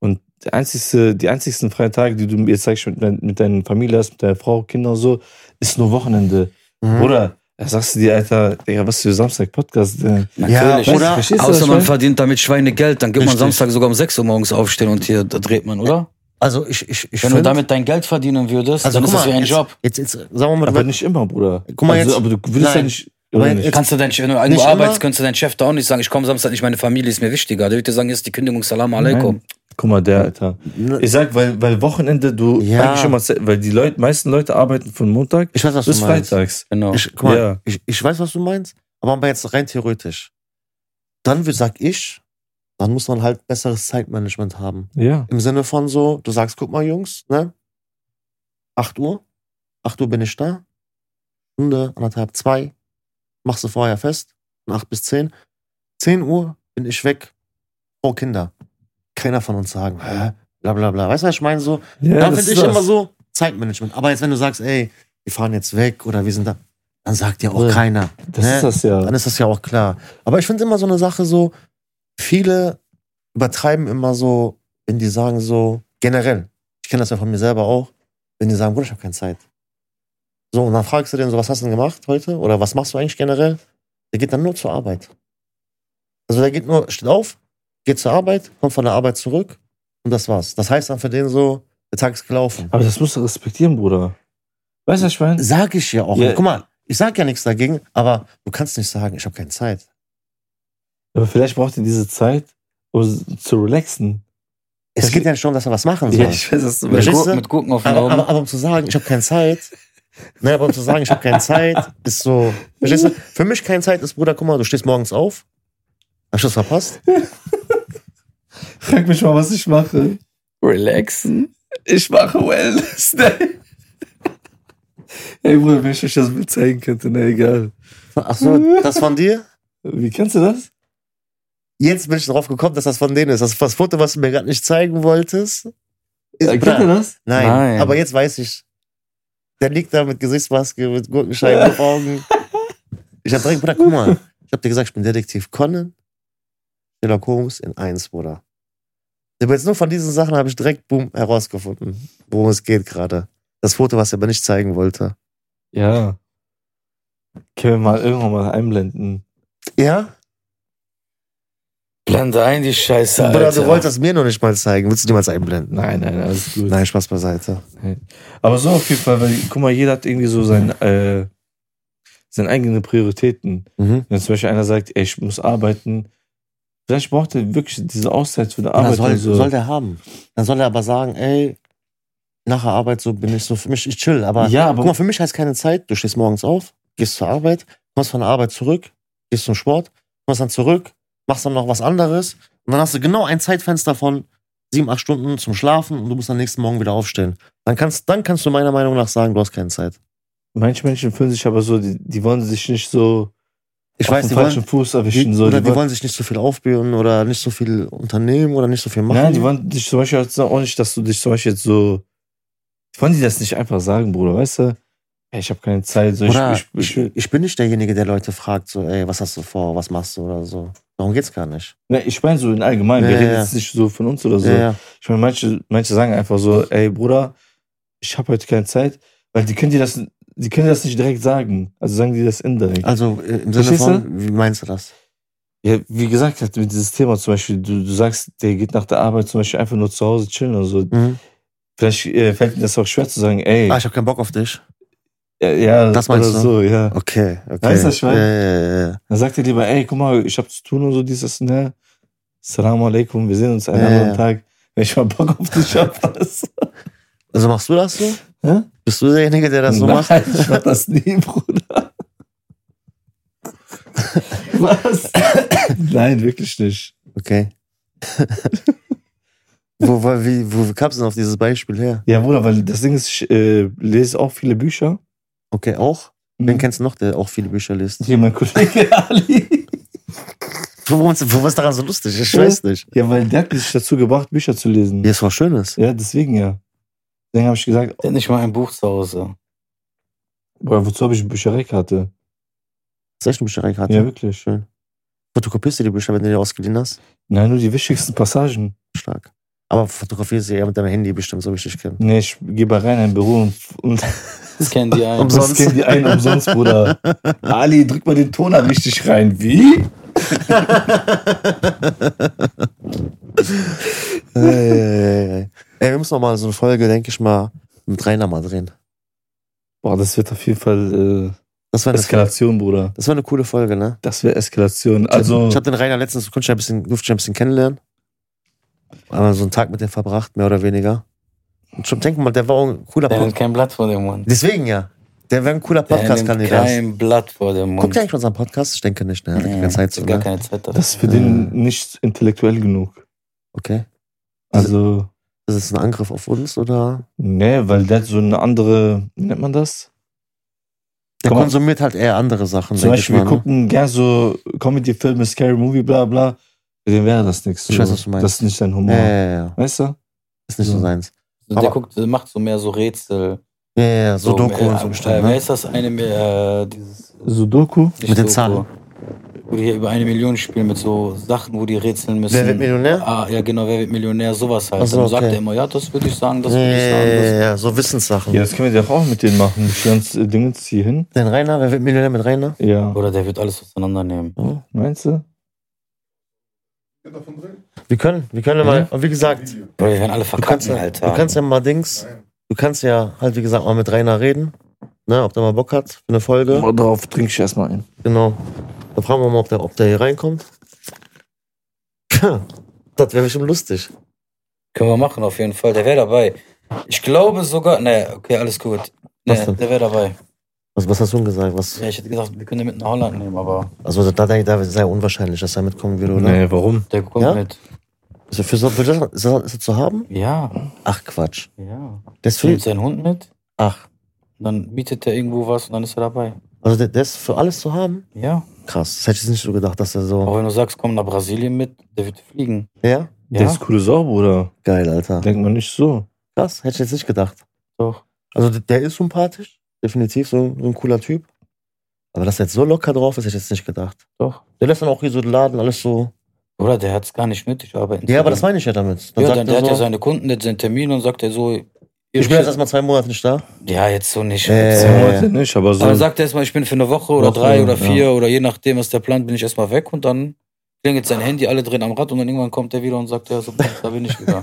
Speaker 1: und der einzigste, die einzigsten freien Tage, die du jetzt zeigst mit, dein- mit deiner Familie hast, mit deiner Frau, Kinder und so, ist nur Wochenende.
Speaker 2: Mhm.
Speaker 1: Oder da sagst du dir, Alter, Digga, was für Samstag Podcast denn?
Speaker 3: Natürlich.
Speaker 2: Ja, oder-
Speaker 1: Verstehst du, was ich
Speaker 3: Außer man
Speaker 1: meine?
Speaker 3: verdient damit Schweinegeld, dann gibt man
Speaker 2: Richtig.
Speaker 3: Samstag sogar um 6 Uhr morgens aufstehen und hier da dreht man, oder?
Speaker 2: Also ich, ich, ich
Speaker 3: Wenn du
Speaker 2: find-
Speaker 3: damit dein Geld verdienen würdest,
Speaker 2: also,
Speaker 3: dann
Speaker 2: guck
Speaker 3: ist das
Speaker 2: mal,
Speaker 3: wie ein
Speaker 2: jetzt,
Speaker 3: Job.
Speaker 2: Jetzt, jetzt, sagen wir mal,
Speaker 1: Aber nicht immer, Bruder. Also,
Speaker 2: Guck mal jetzt-
Speaker 1: aber du würdest ja
Speaker 2: Nein.
Speaker 1: nicht. Oder
Speaker 2: Nein,
Speaker 1: nicht?
Speaker 2: jetzt-
Speaker 3: Kannst du dein, wenn du irgendwo
Speaker 2: Nicht
Speaker 3: arbeitest,
Speaker 2: immer.
Speaker 3: kannst du deinen Chef da auch nicht sagen, ich komme Samstag nicht, meine Familie ist mir wichtiger. Der wird dir sagen, jetzt die Kündigung, Salam alaikum.
Speaker 1: Guck mal, der, Alter. Ich sag, weil, weil Wochenende, du
Speaker 2: Ja.
Speaker 1: eigentlich immer, Ze- weil die Leute, meisten Leute arbeiten von Montag
Speaker 2: Ich weiß, was
Speaker 1: bis
Speaker 2: du meinst.
Speaker 1: freitags.
Speaker 3: Genau.
Speaker 2: Ich, guck mal,
Speaker 1: Ja.
Speaker 2: ich, ich weiß, was du meinst, aber aber jetzt rein theoretisch. Dann wür- sag ich, dann muss man halt besseres Zeitmanagement haben.
Speaker 1: Ja.
Speaker 2: Im Sinne von so, du sagst, guck mal, Jungs, ne? 8 Uhr, 8 Uhr bin ich da, Stunde, anderthalb, zwei, machst du vorher fest, von 8 bis 10. 10 Uhr bin ich weg, oh Kinder. Keiner von uns sagen, hä? Bla bla bla. Weißt du, was ich meine? So,
Speaker 1: ja
Speaker 2: da
Speaker 1: das
Speaker 2: finde
Speaker 1: ist
Speaker 2: ich
Speaker 1: das.
Speaker 2: immer so Zeitmanagement. Aber jetzt, wenn du sagst, ey, wir fahren jetzt weg oder wir sind da, dann sagt ja auch
Speaker 1: Ja.
Speaker 2: keiner.
Speaker 1: Das
Speaker 2: ne?
Speaker 1: ist das ja.
Speaker 2: Dann ist das ja auch klar. Aber ich finde immer so eine Sache so, viele übertreiben immer so, wenn die sagen so, generell, ich kenne das ja von mir selber auch, wenn die sagen, Bruder, ich habe keine Zeit. So, und dann fragst du den so, was hast du denn gemacht heute? Oder was machst du eigentlich generell? Der geht dann nur zur Arbeit. Also der geht nur, steht auf, geht zur Arbeit, kommt von der Arbeit zurück und das war's. Das heißt dann für den so, der Tag ist gelaufen.
Speaker 1: Aber das musst du respektieren, Bruder. Weißt du, was ich meine?
Speaker 2: Sag ich ja auch.
Speaker 1: Ja.
Speaker 2: Guck mal, ich sag ja nichts dagegen, aber du kannst nicht sagen, ich habe keine Zeit.
Speaker 1: Aber vielleicht braucht ihr diese Zeit, um zu relaxen.
Speaker 2: Es
Speaker 1: Das-
Speaker 2: geht ja nicht darum, dass er was machen soll.
Speaker 1: weiß, was du
Speaker 3: mit,
Speaker 2: Verstehst
Speaker 3: Gu
Speaker 2: du?
Speaker 3: mit Gurken auf den
Speaker 2: aber,
Speaker 3: Augen.
Speaker 2: aber, aber um zu sagen, ich habe keine Zeit, ne, aber um zu sagen, ich habe keine Zeit, ist so. Verstehst du? Für mich keine Zeit ist, Bruder, guck mal, du stehst morgens auf. Hast du das verpasst?
Speaker 1: Frag mich mal, was ich mache.
Speaker 3: Relaxen.
Speaker 1: Ich mache Wellness Day. Ey, Bruder, wenn ich euch das Bild zeigen könnte, na egal.
Speaker 2: Ach so, das von dir?
Speaker 1: Wie kannst du das?
Speaker 2: Jetzt bin ich drauf gekommen, dass das von denen ist. Das, das Foto, was du mir gerade nicht zeigen wolltest. Ist,
Speaker 1: Äh,
Speaker 2: Bruder,
Speaker 1: Kennt ihr das?
Speaker 2: Nein,
Speaker 3: Nein.
Speaker 2: aber jetzt weiß ich. Der liegt da mit Gesichtsmaske, mit Gurkenscheiben auf Augen. Ich hab direkt, Bruder, guck mal. Ich hab dir gesagt, ich bin Detektiv Conan. Sherlock Holmes in 1, Bruder. Aber jetzt nur von diesen Sachen habe ich direkt, boom, herausgefunden, worum es geht gerade. Das Foto, was er aber nicht zeigen wollte.
Speaker 1: Ja. Können wir mal irgendwann mal einblenden.
Speaker 2: Ja?
Speaker 3: Blende ein die Scheiße, Alter.
Speaker 2: Bruder, du wolltest mir noch nicht mal zeigen. Willst du niemals einblenden?
Speaker 1: Nein, nein, alles gut.
Speaker 2: Nein, Spaß beiseite.
Speaker 1: Aber so auf jeden Fall, weil, guck mal, jeder hat irgendwie so sein, äh, seine eigenen Prioritäten.
Speaker 2: Mhm.
Speaker 1: Wenn zum Beispiel einer sagt, ey, ich muss arbeiten, vielleicht braucht er wirklich diese Auszeit für die
Speaker 2: Ja,
Speaker 1: Arbeit.
Speaker 2: soll,
Speaker 1: und so.
Speaker 2: soll der haben. Dann soll er aber sagen, ey, nach der Arbeit so bin ich so für mich, ich chill, aber
Speaker 1: ja, aber
Speaker 2: Guck mal, für mich heißt keine Zeit. Du stehst morgens auf, gehst zur Arbeit, kommst von der Arbeit zurück, gehst zum Sport, kommst dann zurück, machst dann noch was anderes und dann hast du genau ein Zeitfenster von sieben, acht Stunden zum Schlafen und du musst am nächsten Morgen wieder aufstehen. Dann kannst, dann kannst du meiner Meinung nach sagen, du hast keine Zeit.
Speaker 1: manche Menschen fühlen sich aber so, die, die wollen sich nicht so
Speaker 2: Ich
Speaker 1: auf den
Speaker 2: weiß, die
Speaker 1: falschen
Speaker 2: wollen,
Speaker 1: Fuß erwischen.
Speaker 2: die,
Speaker 1: so.
Speaker 2: oder die
Speaker 1: wollen-
Speaker 2: wollen sich nicht so viel aufbühren oder nicht so viel unternehmen oder nicht so viel machen.
Speaker 1: Nein, die wollen dich zum Beispiel jetzt auch nicht, dass du dich zum Beispiel jetzt so. Wollen die das nicht einfach sagen, Bruder, weißt du? Ey, ich habe keine Zeit. So ich,
Speaker 2: oder
Speaker 1: ich, ich,
Speaker 2: ich bin nicht derjenige, der Leute fragt, so, ey, was hast du vor, was machst du oder so. Darum geht's gar nicht.
Speaker 1: ne, ich meine so in allgemein, wir
Speaker 2: Ja,
Speaker 1: reden
Speaker 2: ja.
Speaker 1: jetzt nicht so von uns oder so.
Speaker 2: Ja, ja.
Speaker 1: Ich meine, manche, manche sagen einfach so, ey Bruder, ich habe heute keine Zeit, weil die können dir das, die können dir das nicht direkt sagen. Also sagen die das indirekt.
Speaker 2: Also äh, im Sinne
Speaker 1: Verstehst
Speaker 2: von, wie meinst du das?
Speaker 1: Ja, wie gesagt, halt mit dieses Thema zum Beispiel, du, du sagst, der geht nach der Arbeit zum Beispiel einfach nur zu Hause chillen oder so.
Speaker 2: Mhm.
Speaker 1: Vielleicht äh, fällt mir das auch schwer zu sagen, ey,
Speaker 2: Ah, ich hab keinen Bock auf dich.
Speaker 1: ja, ja,
Speaker 2: das meinst
Speaker 1: oder
Speaker 2: du?
Speaker 1: so, ja.
Speaker 2: Okay, okay.
Speaker 1: Weißt du, was ich meine?
Speaker 2: Ja, ja, ja,
Speaker 1: Dann sagt er lieber, ey, guck mal, ich hab zu tun und so, dies, das, ne? Salam alaikum, wir sehen uns einen
Speaker 2: Ja,
Speaker 1: anderen
Speaker 2: ja.
Speaker 1: Tag, wenn ich mal Bock auf dich hab. was?
Speaker 2: Also machst du das so?
Speaker 1: Hä?
Speaker 2: Bist du derjenige, der das so
Speaker 1: Nein,
Speaker 2: macht?
Speaker 1: ich mach das nie, Bruder. Was? Nein, wirklich nicht.
Speaker 2: Okay. wo, wo, wie, wo kamst du denn auf dieses Beispiel her?
Speaker 1: Ja, Bruder, weil das Ding ist, ich äh, lese auch viele Bücher.
Speaker 2: Okay, auch? Wen kennst du noch, der auch viele Bücher liest?
Speaker 1: Hier mein Kollege Ali.
Speaker 2: Wo, wo, wo was ist daran so lustig? Ich weiß nicht.
Speaker 1: Ja, weil der hat mich dazu gebracht, Bücher zu lesen.
Speaker 2: Hier ist was Schönes.
Speaker 1: Ja, deswegen ja. Deswegen habe ich gesagt,
Speaker 3: Der hat nicht mal ein Buch zu Hause.
Speaker 1: boah, wozu habe ich eine Büchereikarte?
Speaker 2: Zeichenbücherei gerade.
Speaker 1: Ja, wirklich.
Speaker 2: Schön. Fotokopierst du die Bücher, wenn du die ausgeliehen hast?
Speaker 1: Nein, nur die wichtigsten Passagen.
Speaker 2: Stark. Aber fotografierst du ja mit deinem Handy bestimmt, so wie ich dich kenne.
Speaker 1: Nee, ich gehe bei rein in ein Büro und, und
Speaker 3: Das kennen die ein.
Speaker 2: Umsonst.
Speaker 1: scanne die ein umsonst, Bruder. Ali, drück mal den Toner richtig rein. Wie?
Speaker 2: Ey, ey, ey. Ey, wir müssen noch mal so eine Folge, denke ich mal, mit Rainer mal drehen.
Speaker 1: Boah, das wird auf jeden Fall
Speaker 2: Das ne war
Speaker 1: äh,
Speaker 2: eine,
Speaker 1: Eskalation, Bruder.
Speaker 2: das war eine coole Folge, ne?
Speaker 1: Das wäre Eskalation.
Speaker 2: Ich hab-
Speaker 1: Also,
Speaker 2: ich habe den Rainer letztens, konnte ich ein bisschen, durfte ich ein bisschen kennenlernen. Aber so einen Tag mit dem verbracht, mehr oder weniger. Und schon denken mal, der war auch ein cooler
Speaker 3: Der nimmt
Speaker 2: Podcast.
Speaker 3: kein Blatt vor dem Mund.
Speaker 2: Deswegen ja. Der wäre ein cooler
Speaker 3: Der nimmt
Speaker 2: Podcast-Kandidat.
Speaker 3: kein Blatt vor dem Mund.
Speaker 2: Guckt der eigentlich unseren Podcast? Ich denke nicht, ne? Hat er
Speaker 3: Ja,
Speaker 2: keine Zeit zu,
Speaker 3: hat Gar
Speaker 2: ne?
Speaker 3: keine Zeit dafür.
Speaker 1: Das ist für den
Speaker 2: Äh.
Speaker 1: nicht intellektuell genug.
Speaker 2: Okay.
Speaker 1: Also,
Speaker 2: Ist es ein Angriff auf uns oder?
Speaker 1: nee, weil der hat so eine andere, wie nennt man das?
Speaker 2: Der
Speaker 1: Komm mal.
Speaker 2: konsumiert halt eher andere Sachen.
Speaker 1: Zum
Speaker 2: denke ich
Speaker 1: Beispiel, wir
Speaker 2: mal, ne?
Speaker 1: gucken gern so Comedy-Filme, Scary Movie, bla bla. Für den wäre das nichts.
Speaker 2: Ich weiß, was du meinst. Äh.
Speaker 1: Das ist nicht dein Humor.
Speaker 2: Ja, ja, ja, ja.
Speaker 1: Weißt du?
Speaker 2: Ist nicht so
Speaker 1: Ja.
Speaker 2: seins.
Speaker 3: Der
Speaker 2: Aber-
Speaker 3: guckt, der macht so mehr so Rätsel.
Speaker 2: Ja, ja, ja. So Doku
Speaker 3: äh,
Speaker 2: und so
Speaker 3: äh,
Speaker 2: bestimmt,
Speaker 3: Wer
Speaker 2: ne?
Speaker 3: ist das eine, mehr, äh, dieses
Speaker 1: Sudoku?
Speaker 3: nicht
Speaker 2: Mit den
Speaker 3: Doku,
Speaker 2: Zahlen.
Speaker 3: Wo die hier über eine Million spielen mit so Sachen, wo die rätseln müssen.
Speaker 2: Wer wird Millionär?
Speaker 3: Ah, ja, genau, wer wird Millionär, sowas halt.
Speaker 2: Ach so,
Speaker 3: Dann sagt
Speaker 2: okay.
Speaker 3: er immer, ja, das würde ich sagen, das
Speaker 2: Ja,
Speaker 3: würde ich
Speaker 2: ja,
Speaker 3: sagen.
Speaker 2: ja,
Speaker 3: Das.
Speaker 2: ja, ja, so Wissenssachen.
Speaker 1: Ja, das können wir doch auch mit denen machen. Die ganzen äh, Dingens hier hin.
Speaker 2: Den Rainer, wer wird Millionär mit Rainer?
Speaker 1: Ja.
Speaker 3: Oder der wird alles auseinandernehmen.
Speaker 2: Oh.
Speaker 1: Meinst du?
Speaker 4: Geht davon drin?
Speaker 2: Wir können, wir
Speaker 3: Mhm.
Speaker 2: können ja mal, und wie gesagt,
Speaker 4: Video.
Speaker 3: Oder wir werden alle
Speaker 2: du kannst,
Speaker 3: verkacken, halt
Speaker 2: ja,
Speaker 3: Alter.
Speaker 2: du kannst ja mal Dings,
Speaker 4: Nein.
Speaker 2: du kannst ja halt, wie gesagt, mal mit Rainer reden, ne, ob der mal Bock hat für eine Folge.
Speaker 1: Mal drauf trinke ich erstmal ein.
Speaker 2: Genau. Da fragen wir mal, ob der, ob der hier reinkommt. das wäre bestimmt lustig.
Speaker 3: Können wir machen, auf jeden Fall. Der wäre dabei. Ich glaube sogar, ne, okay, alles gut.
Speaker 2: Was
Speaker 3: Ne,
Speaker 2: denn?
Speaker 3: der wäre dabei.
Speaker 2: Also, Was, was hast du denn gesagt? Was,
Speaker 3: Ja, ich hätte gedacht, wir können den mit nach Holland nehmen, aber
Speaker 2: also da denke ich, da sei unwahrscheinlich, dass er mitkommen würde, oder?
Speaker 1: Nee, warum?
Speaker 3: der kommt
Speaker 2: Ja?
Speaker 3: mit.
Speaker 2: Also für so, für das, ist, das, ist das zu haben?
Speaker 3: Ja,
Speaker 2: Ach Quatsch.
Speaker 3: ja.
Speaker 2: Der ist
Speaker 3: Der
Speaker 2: für,
Speaker 3: nimmt seinen Hund mit,
Speaker 2: ach,
Speaker 3: dann mietet er irgendwo was und dann ist er dabei.
Speaker 2: also der, der ist für alles zu haben?
Speaker 3: Ja.
Speaker 2: Krass. Das hätte ich jetzt nicht so gedacht, dass er so.
Speaker 3: Auch wenn du sagst, komm nach Brasilien mit, der wird fliegen.
Speaker 2: Ja?
Speaker 3: Ja,
Speaker 1: Der ist coole Sau, Bruder.
Speaker 2: Geil, Alter.
Speaker 1: Denkt man nicht so.
Speaker 2: Krass, hätte ich jetzt nicht gedacht.
Speaker 3: doch.
Speaker 2: Also d- der ist sympathisch, definitiv so, so ein cooler Typ. Aber dass er jetzt so locker drauf ist, hätte ich jetzt nicht gedacht.
Speaker 3: Doch.
Speaker 2: Der lässt dann auch hier so den Laden alles so.
Speaker 3: Oder der hat es gar nicht nötig, arbeiten
Speaker 2: Ja,
Speaker 3: zu
Speaker 2: aber das
Speaker 3: gehen.
Speaker 2: meine ich ja damit. Dann
Speaker 3: Ja,
Speaker 2: sagt
Speaker 3: dann,
Speaker 2: er
Speaker 3: der hat
Speaker 2: so,
Speaker 3: ja seine Kunden, der hat seinen Termin und sagt er so, ihr
Speaker 2: ich bin
Speaker 3: Shit-
Speaker 2: jetzt erstmal zwei Monate nicht da.
Speaker 3: Ja, jetzt so nicht.
Speaker 2: Äh,
Speaker 1: Zwei Monate nicht, aber so.
Speaker 3: Aber dann sagt er erstmal, ich bin für eine Woche oder
Speaker 1: Woche,
Speaker 3: drei oder
Speaker 1: ja.
Speaker 3: vier oder je nachdem, was der plant, bin ich erstmal weg und dann klingelt sein Handy, alle drehen am Rad und dann irgendwann kommt er wieder und sagt, ja, so, da bin ich wieder.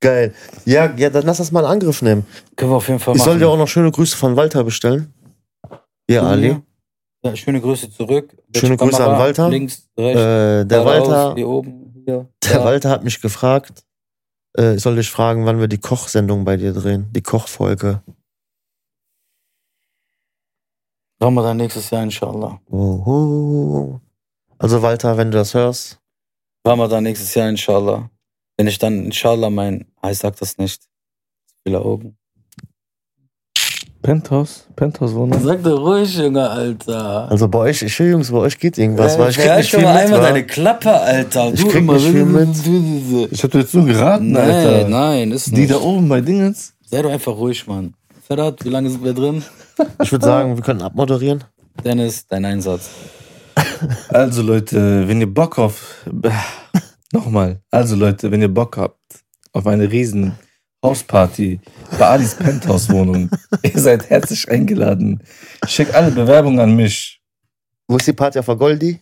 Speaker 2: Geil. Ja, ja, dann lass das mal in Angriff nehmen.
Speaker 3: Können wir auf jeden Fall
Speaker 2: Ich soll dir
Speaker 3: machen.
Speaker 2: auch noch schöne Grüße von Walter bestellen. Ja, Ali.
Speaker 3: Ja, schöne Grüße zurück.
Speaker 2: Schöne Grüße an Walter.
Speaker 3: Links, rechts,
Speaker 2: Äh, der
Speaker 3: geradeaus,
Speaker 2: Walter,
Speaker 3: Hier oben, hier.
Speaker 2: der
Speaker 3: da.
Speaker 2: Walter hat mich gefragt, äh, ich soll dich fragen, wann wir die Kochsendung bei dir drehen. Die Kochfolge.
Speaker 3: Ramadan nächstes Jahr, inshallah.
Speaker 2: Oh, oh. Also Walter, wenn du das hörst,
Speaker 3: Ramadan nächstes Jahr, inshallah. Wenn ich dann inshallah mein, ah, ich sag das nicht. Viele Augen.
Speaker 1: Penthouse. Penthouse wohnen.
Speaker 3: Sag doch ruhig, Junge, Alter.
Speaker 2: Also bei euch, ich will, Jungs, bei euch geht irgendwas,
Speaker 3: Äh,
Speaker 2: weil ich krieg
Speaker 3: ja,
Speaker 2: nicht
Speaker 3: schon
Speaker 2: viel mit.
Speaker 3: mal einmal
Speaker 2: wa?
Speaker 3: deine Klappe, Alter.
Speaker 2: Ich krieg nicht viel mit.
Speaker 1: Ich hab dir jetzt nur geraten,
Speaker 3: Nein,
Speaker 1: Alter.
Speaker 3: nein, ist
Speaker 1: Die
Speaker 3: nicht.
Speaker 1: da oben bei Dingens.
Speaker 3: Sei doch einfach ruhig, Mann. Ferhat, wie lange sind wir drin?
Speaker 2: Ich würde sagen, wir könnten abmoderieren.
Speaker 3: Dennis, dein Einsatz.
Speaker 1: Also Leute, wenn ihr Bock auf... Nochmal. Also Leute, wenn ihr Bock habt auf eine riesen Hausparty bei Alis Penthouse-Wohnung, ihr seid herzlich eingeladen. Schickt alle Bewerbungen an mich.
Speaker 2: Wo ist die Party auf der Goldi?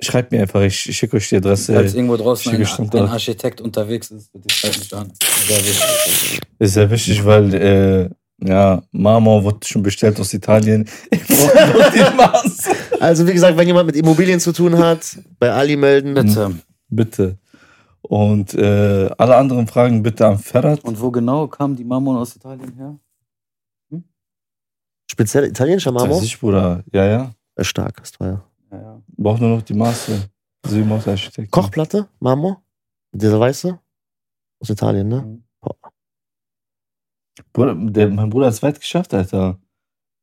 Speaker 1: Schreibt mir einfach, ich, ich schicke euch die
Speaker 3: Falls
Speaker 1: Adresse.
Speaker 3: irgendwo draußen
Speaker 1: ich
Speaker 3: ein,
Speaker 1: bestimmt
Speaker 3: ein
Speaker 1: dort.
Speaker 3: Architekt unterwegs ist, bitte schreib mich an. Sehr wichtig.
Speaker 1: Ist sehr wichtig, weil äh, ja, Marmor wurde schon bestellt aus Italien. Ich brauche nur die Maß.
Speaker 2: Also wie gesagt, wenn jemand mit Immobilien zu tun hat, bei Ali melden. Mhm.
Speaker 3: Bitte.
Speaker 1: Bitte. Und äh, alle anderen Fragen bitte an Ferrat.
Speaker 3: Und wo genau kam die Mammon aus Italien her?
Speaker 2: Speziell italienischer Marmor.
Speaker 1: Weiß ich, Bruder. Ja, ja.
Speaker 2: Äh, Stark, ist teuer.
Speaker 3: Ja, ja.
Speaker 1: Braucht nur noch die Maße. Sie macht Architekt.
Speaker 2: Kochplatte, Marmor. Dieser weiße. Aus Italien, ne?
Speaker 3: Mhm.
Speaker 1: Bruder, der, mein Bruder hat es weit geschafft, Alter.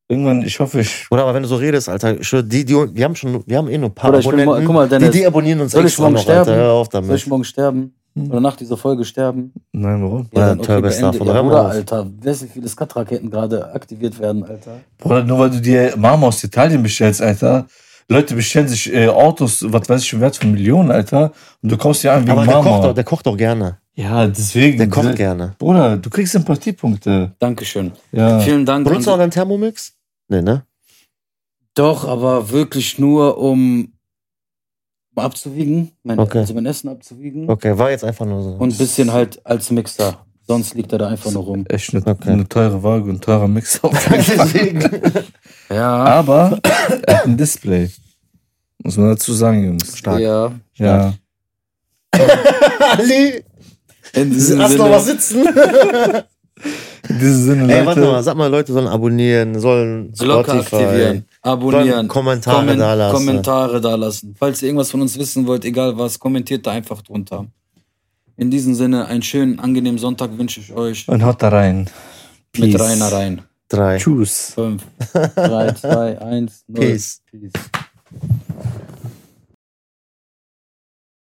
Speaker 1: Irgendwann, ich hoffe, ich.
Speaker 2: Oder aber wenn du so redest, Alter, ich schwör, die, die, wir haben schon, wir haben eh nur ein paar
Speaker 3: Oder ich bin mal, guck mal,
Speaker 2: die,
Speaker 3: Dennis,
Speaker 2: die abonnieren uns
Speaker 3: Soll ich
Speaker 2: extra
Speaker 3: morgen
Speaker 2: noch,
Speaker 3: sterben?
Speaker 2: Alter. Hör auf
Speaker 3: soll ich
Speaker 2: damit.
Speaker 3: morgen sterben?
Speaker 2: Hm.
Speaker 3: Oder nach dieser Folge sterben?
Speaker 1: Nein, warum?
Speaker 2: Ja, Turbo ist davon,
Speaker 3: Ja,
Speaker 2: hör mal
Speaker 3: Bruder,
Speaker 2: auf.
Speaker 3: Alter, weißt du, wie viele Skat-Raketen gerade aktiviert werden, Alter?
Speaker 1: Bruder, nur weil du dir Marmor aus Italien bestellst, Alter. Leute bestellen sich äh, Autos, was weiß ich, im Wert von Millionen, Alter. Und du kaufst dir an wegen
Speaker 2: Aber der kocht,
Speaker 1: Marmor.
Speaker 2: doch, der kocht doch gerne.
Speaker 1: ja, deswegen.
Speaker 2: Der kocht gerne.
Speaker 1: Bruder, du kriegst Sympathiepunkte.
Speaker 3: Dankeschön.
Speaker 1: Ja.
Speaker 3: Vielen Dank.
Speaker 2: Benutzt du auch
Speaker 3: Und-
Speaker 2: deinen Thermomix? Nee, ne?
Speaker 3: Doch, aber wirklich nur, um, um abzuwiegen, mein,
Speaker 2: Okay.
Speaker 3: also mein Essen abzuwiegen
Speaker 2: Okay, war jetzt einfach nur so.
Speaker 3: und ein bisschen halt als Mixer. Sonst liegt er da einfach nur rum.
Speaker 1: Echt eine,
Speaker 2: Okay.
Speaker 1: eine teure Waage und teurer Mixer.
Speaker 2: Deswegen.
Speaker 3: Ja,
Speaker 1: Aber er hat ein Display. Muss man dazu sagen, Jungs.
Speaker 2: Stark.
Speaker 3: Ja.
Speaker 1: Ja.
Speaker 2: Ali,
Speaker 3: In diesem
Speaker 2: lass noch
Speaker 3: Sinne.
Speaker 2: was sitzen.
Speaker 1: In diesem Sinne,
Speaker 2: Ey, warte
Speaker 1: Leute.
Speaker 2: mal, sag mal, Leute sollen abonnieren, sollen
Speaker 3: Glocke
Speaker 2: Spotify,
Speaker 3: aktivieren, abonnieren,
Speaker 2: sollen Kommentare
Speaker 3: Kommen-
Speaker 2: da lassen.
Speaker 3: Kommentare da lassen. Falls ihr irgendwas von uns wissen wollt, egal was, kommentiert da einfach drunter. In diesem Sinne, einen schönen, angenehmen Sonntag wünsche ich euch.
Speaker 1: Und haut da rein.
Speaker 3: Mit Rainer rein.
Speaker 2: Drei.
Speaker 1: Tschüss.
Speaker 3: Fünf, drei, zwei, eins, null.
Speaker 2: Peace.
Speaker 3: Peace.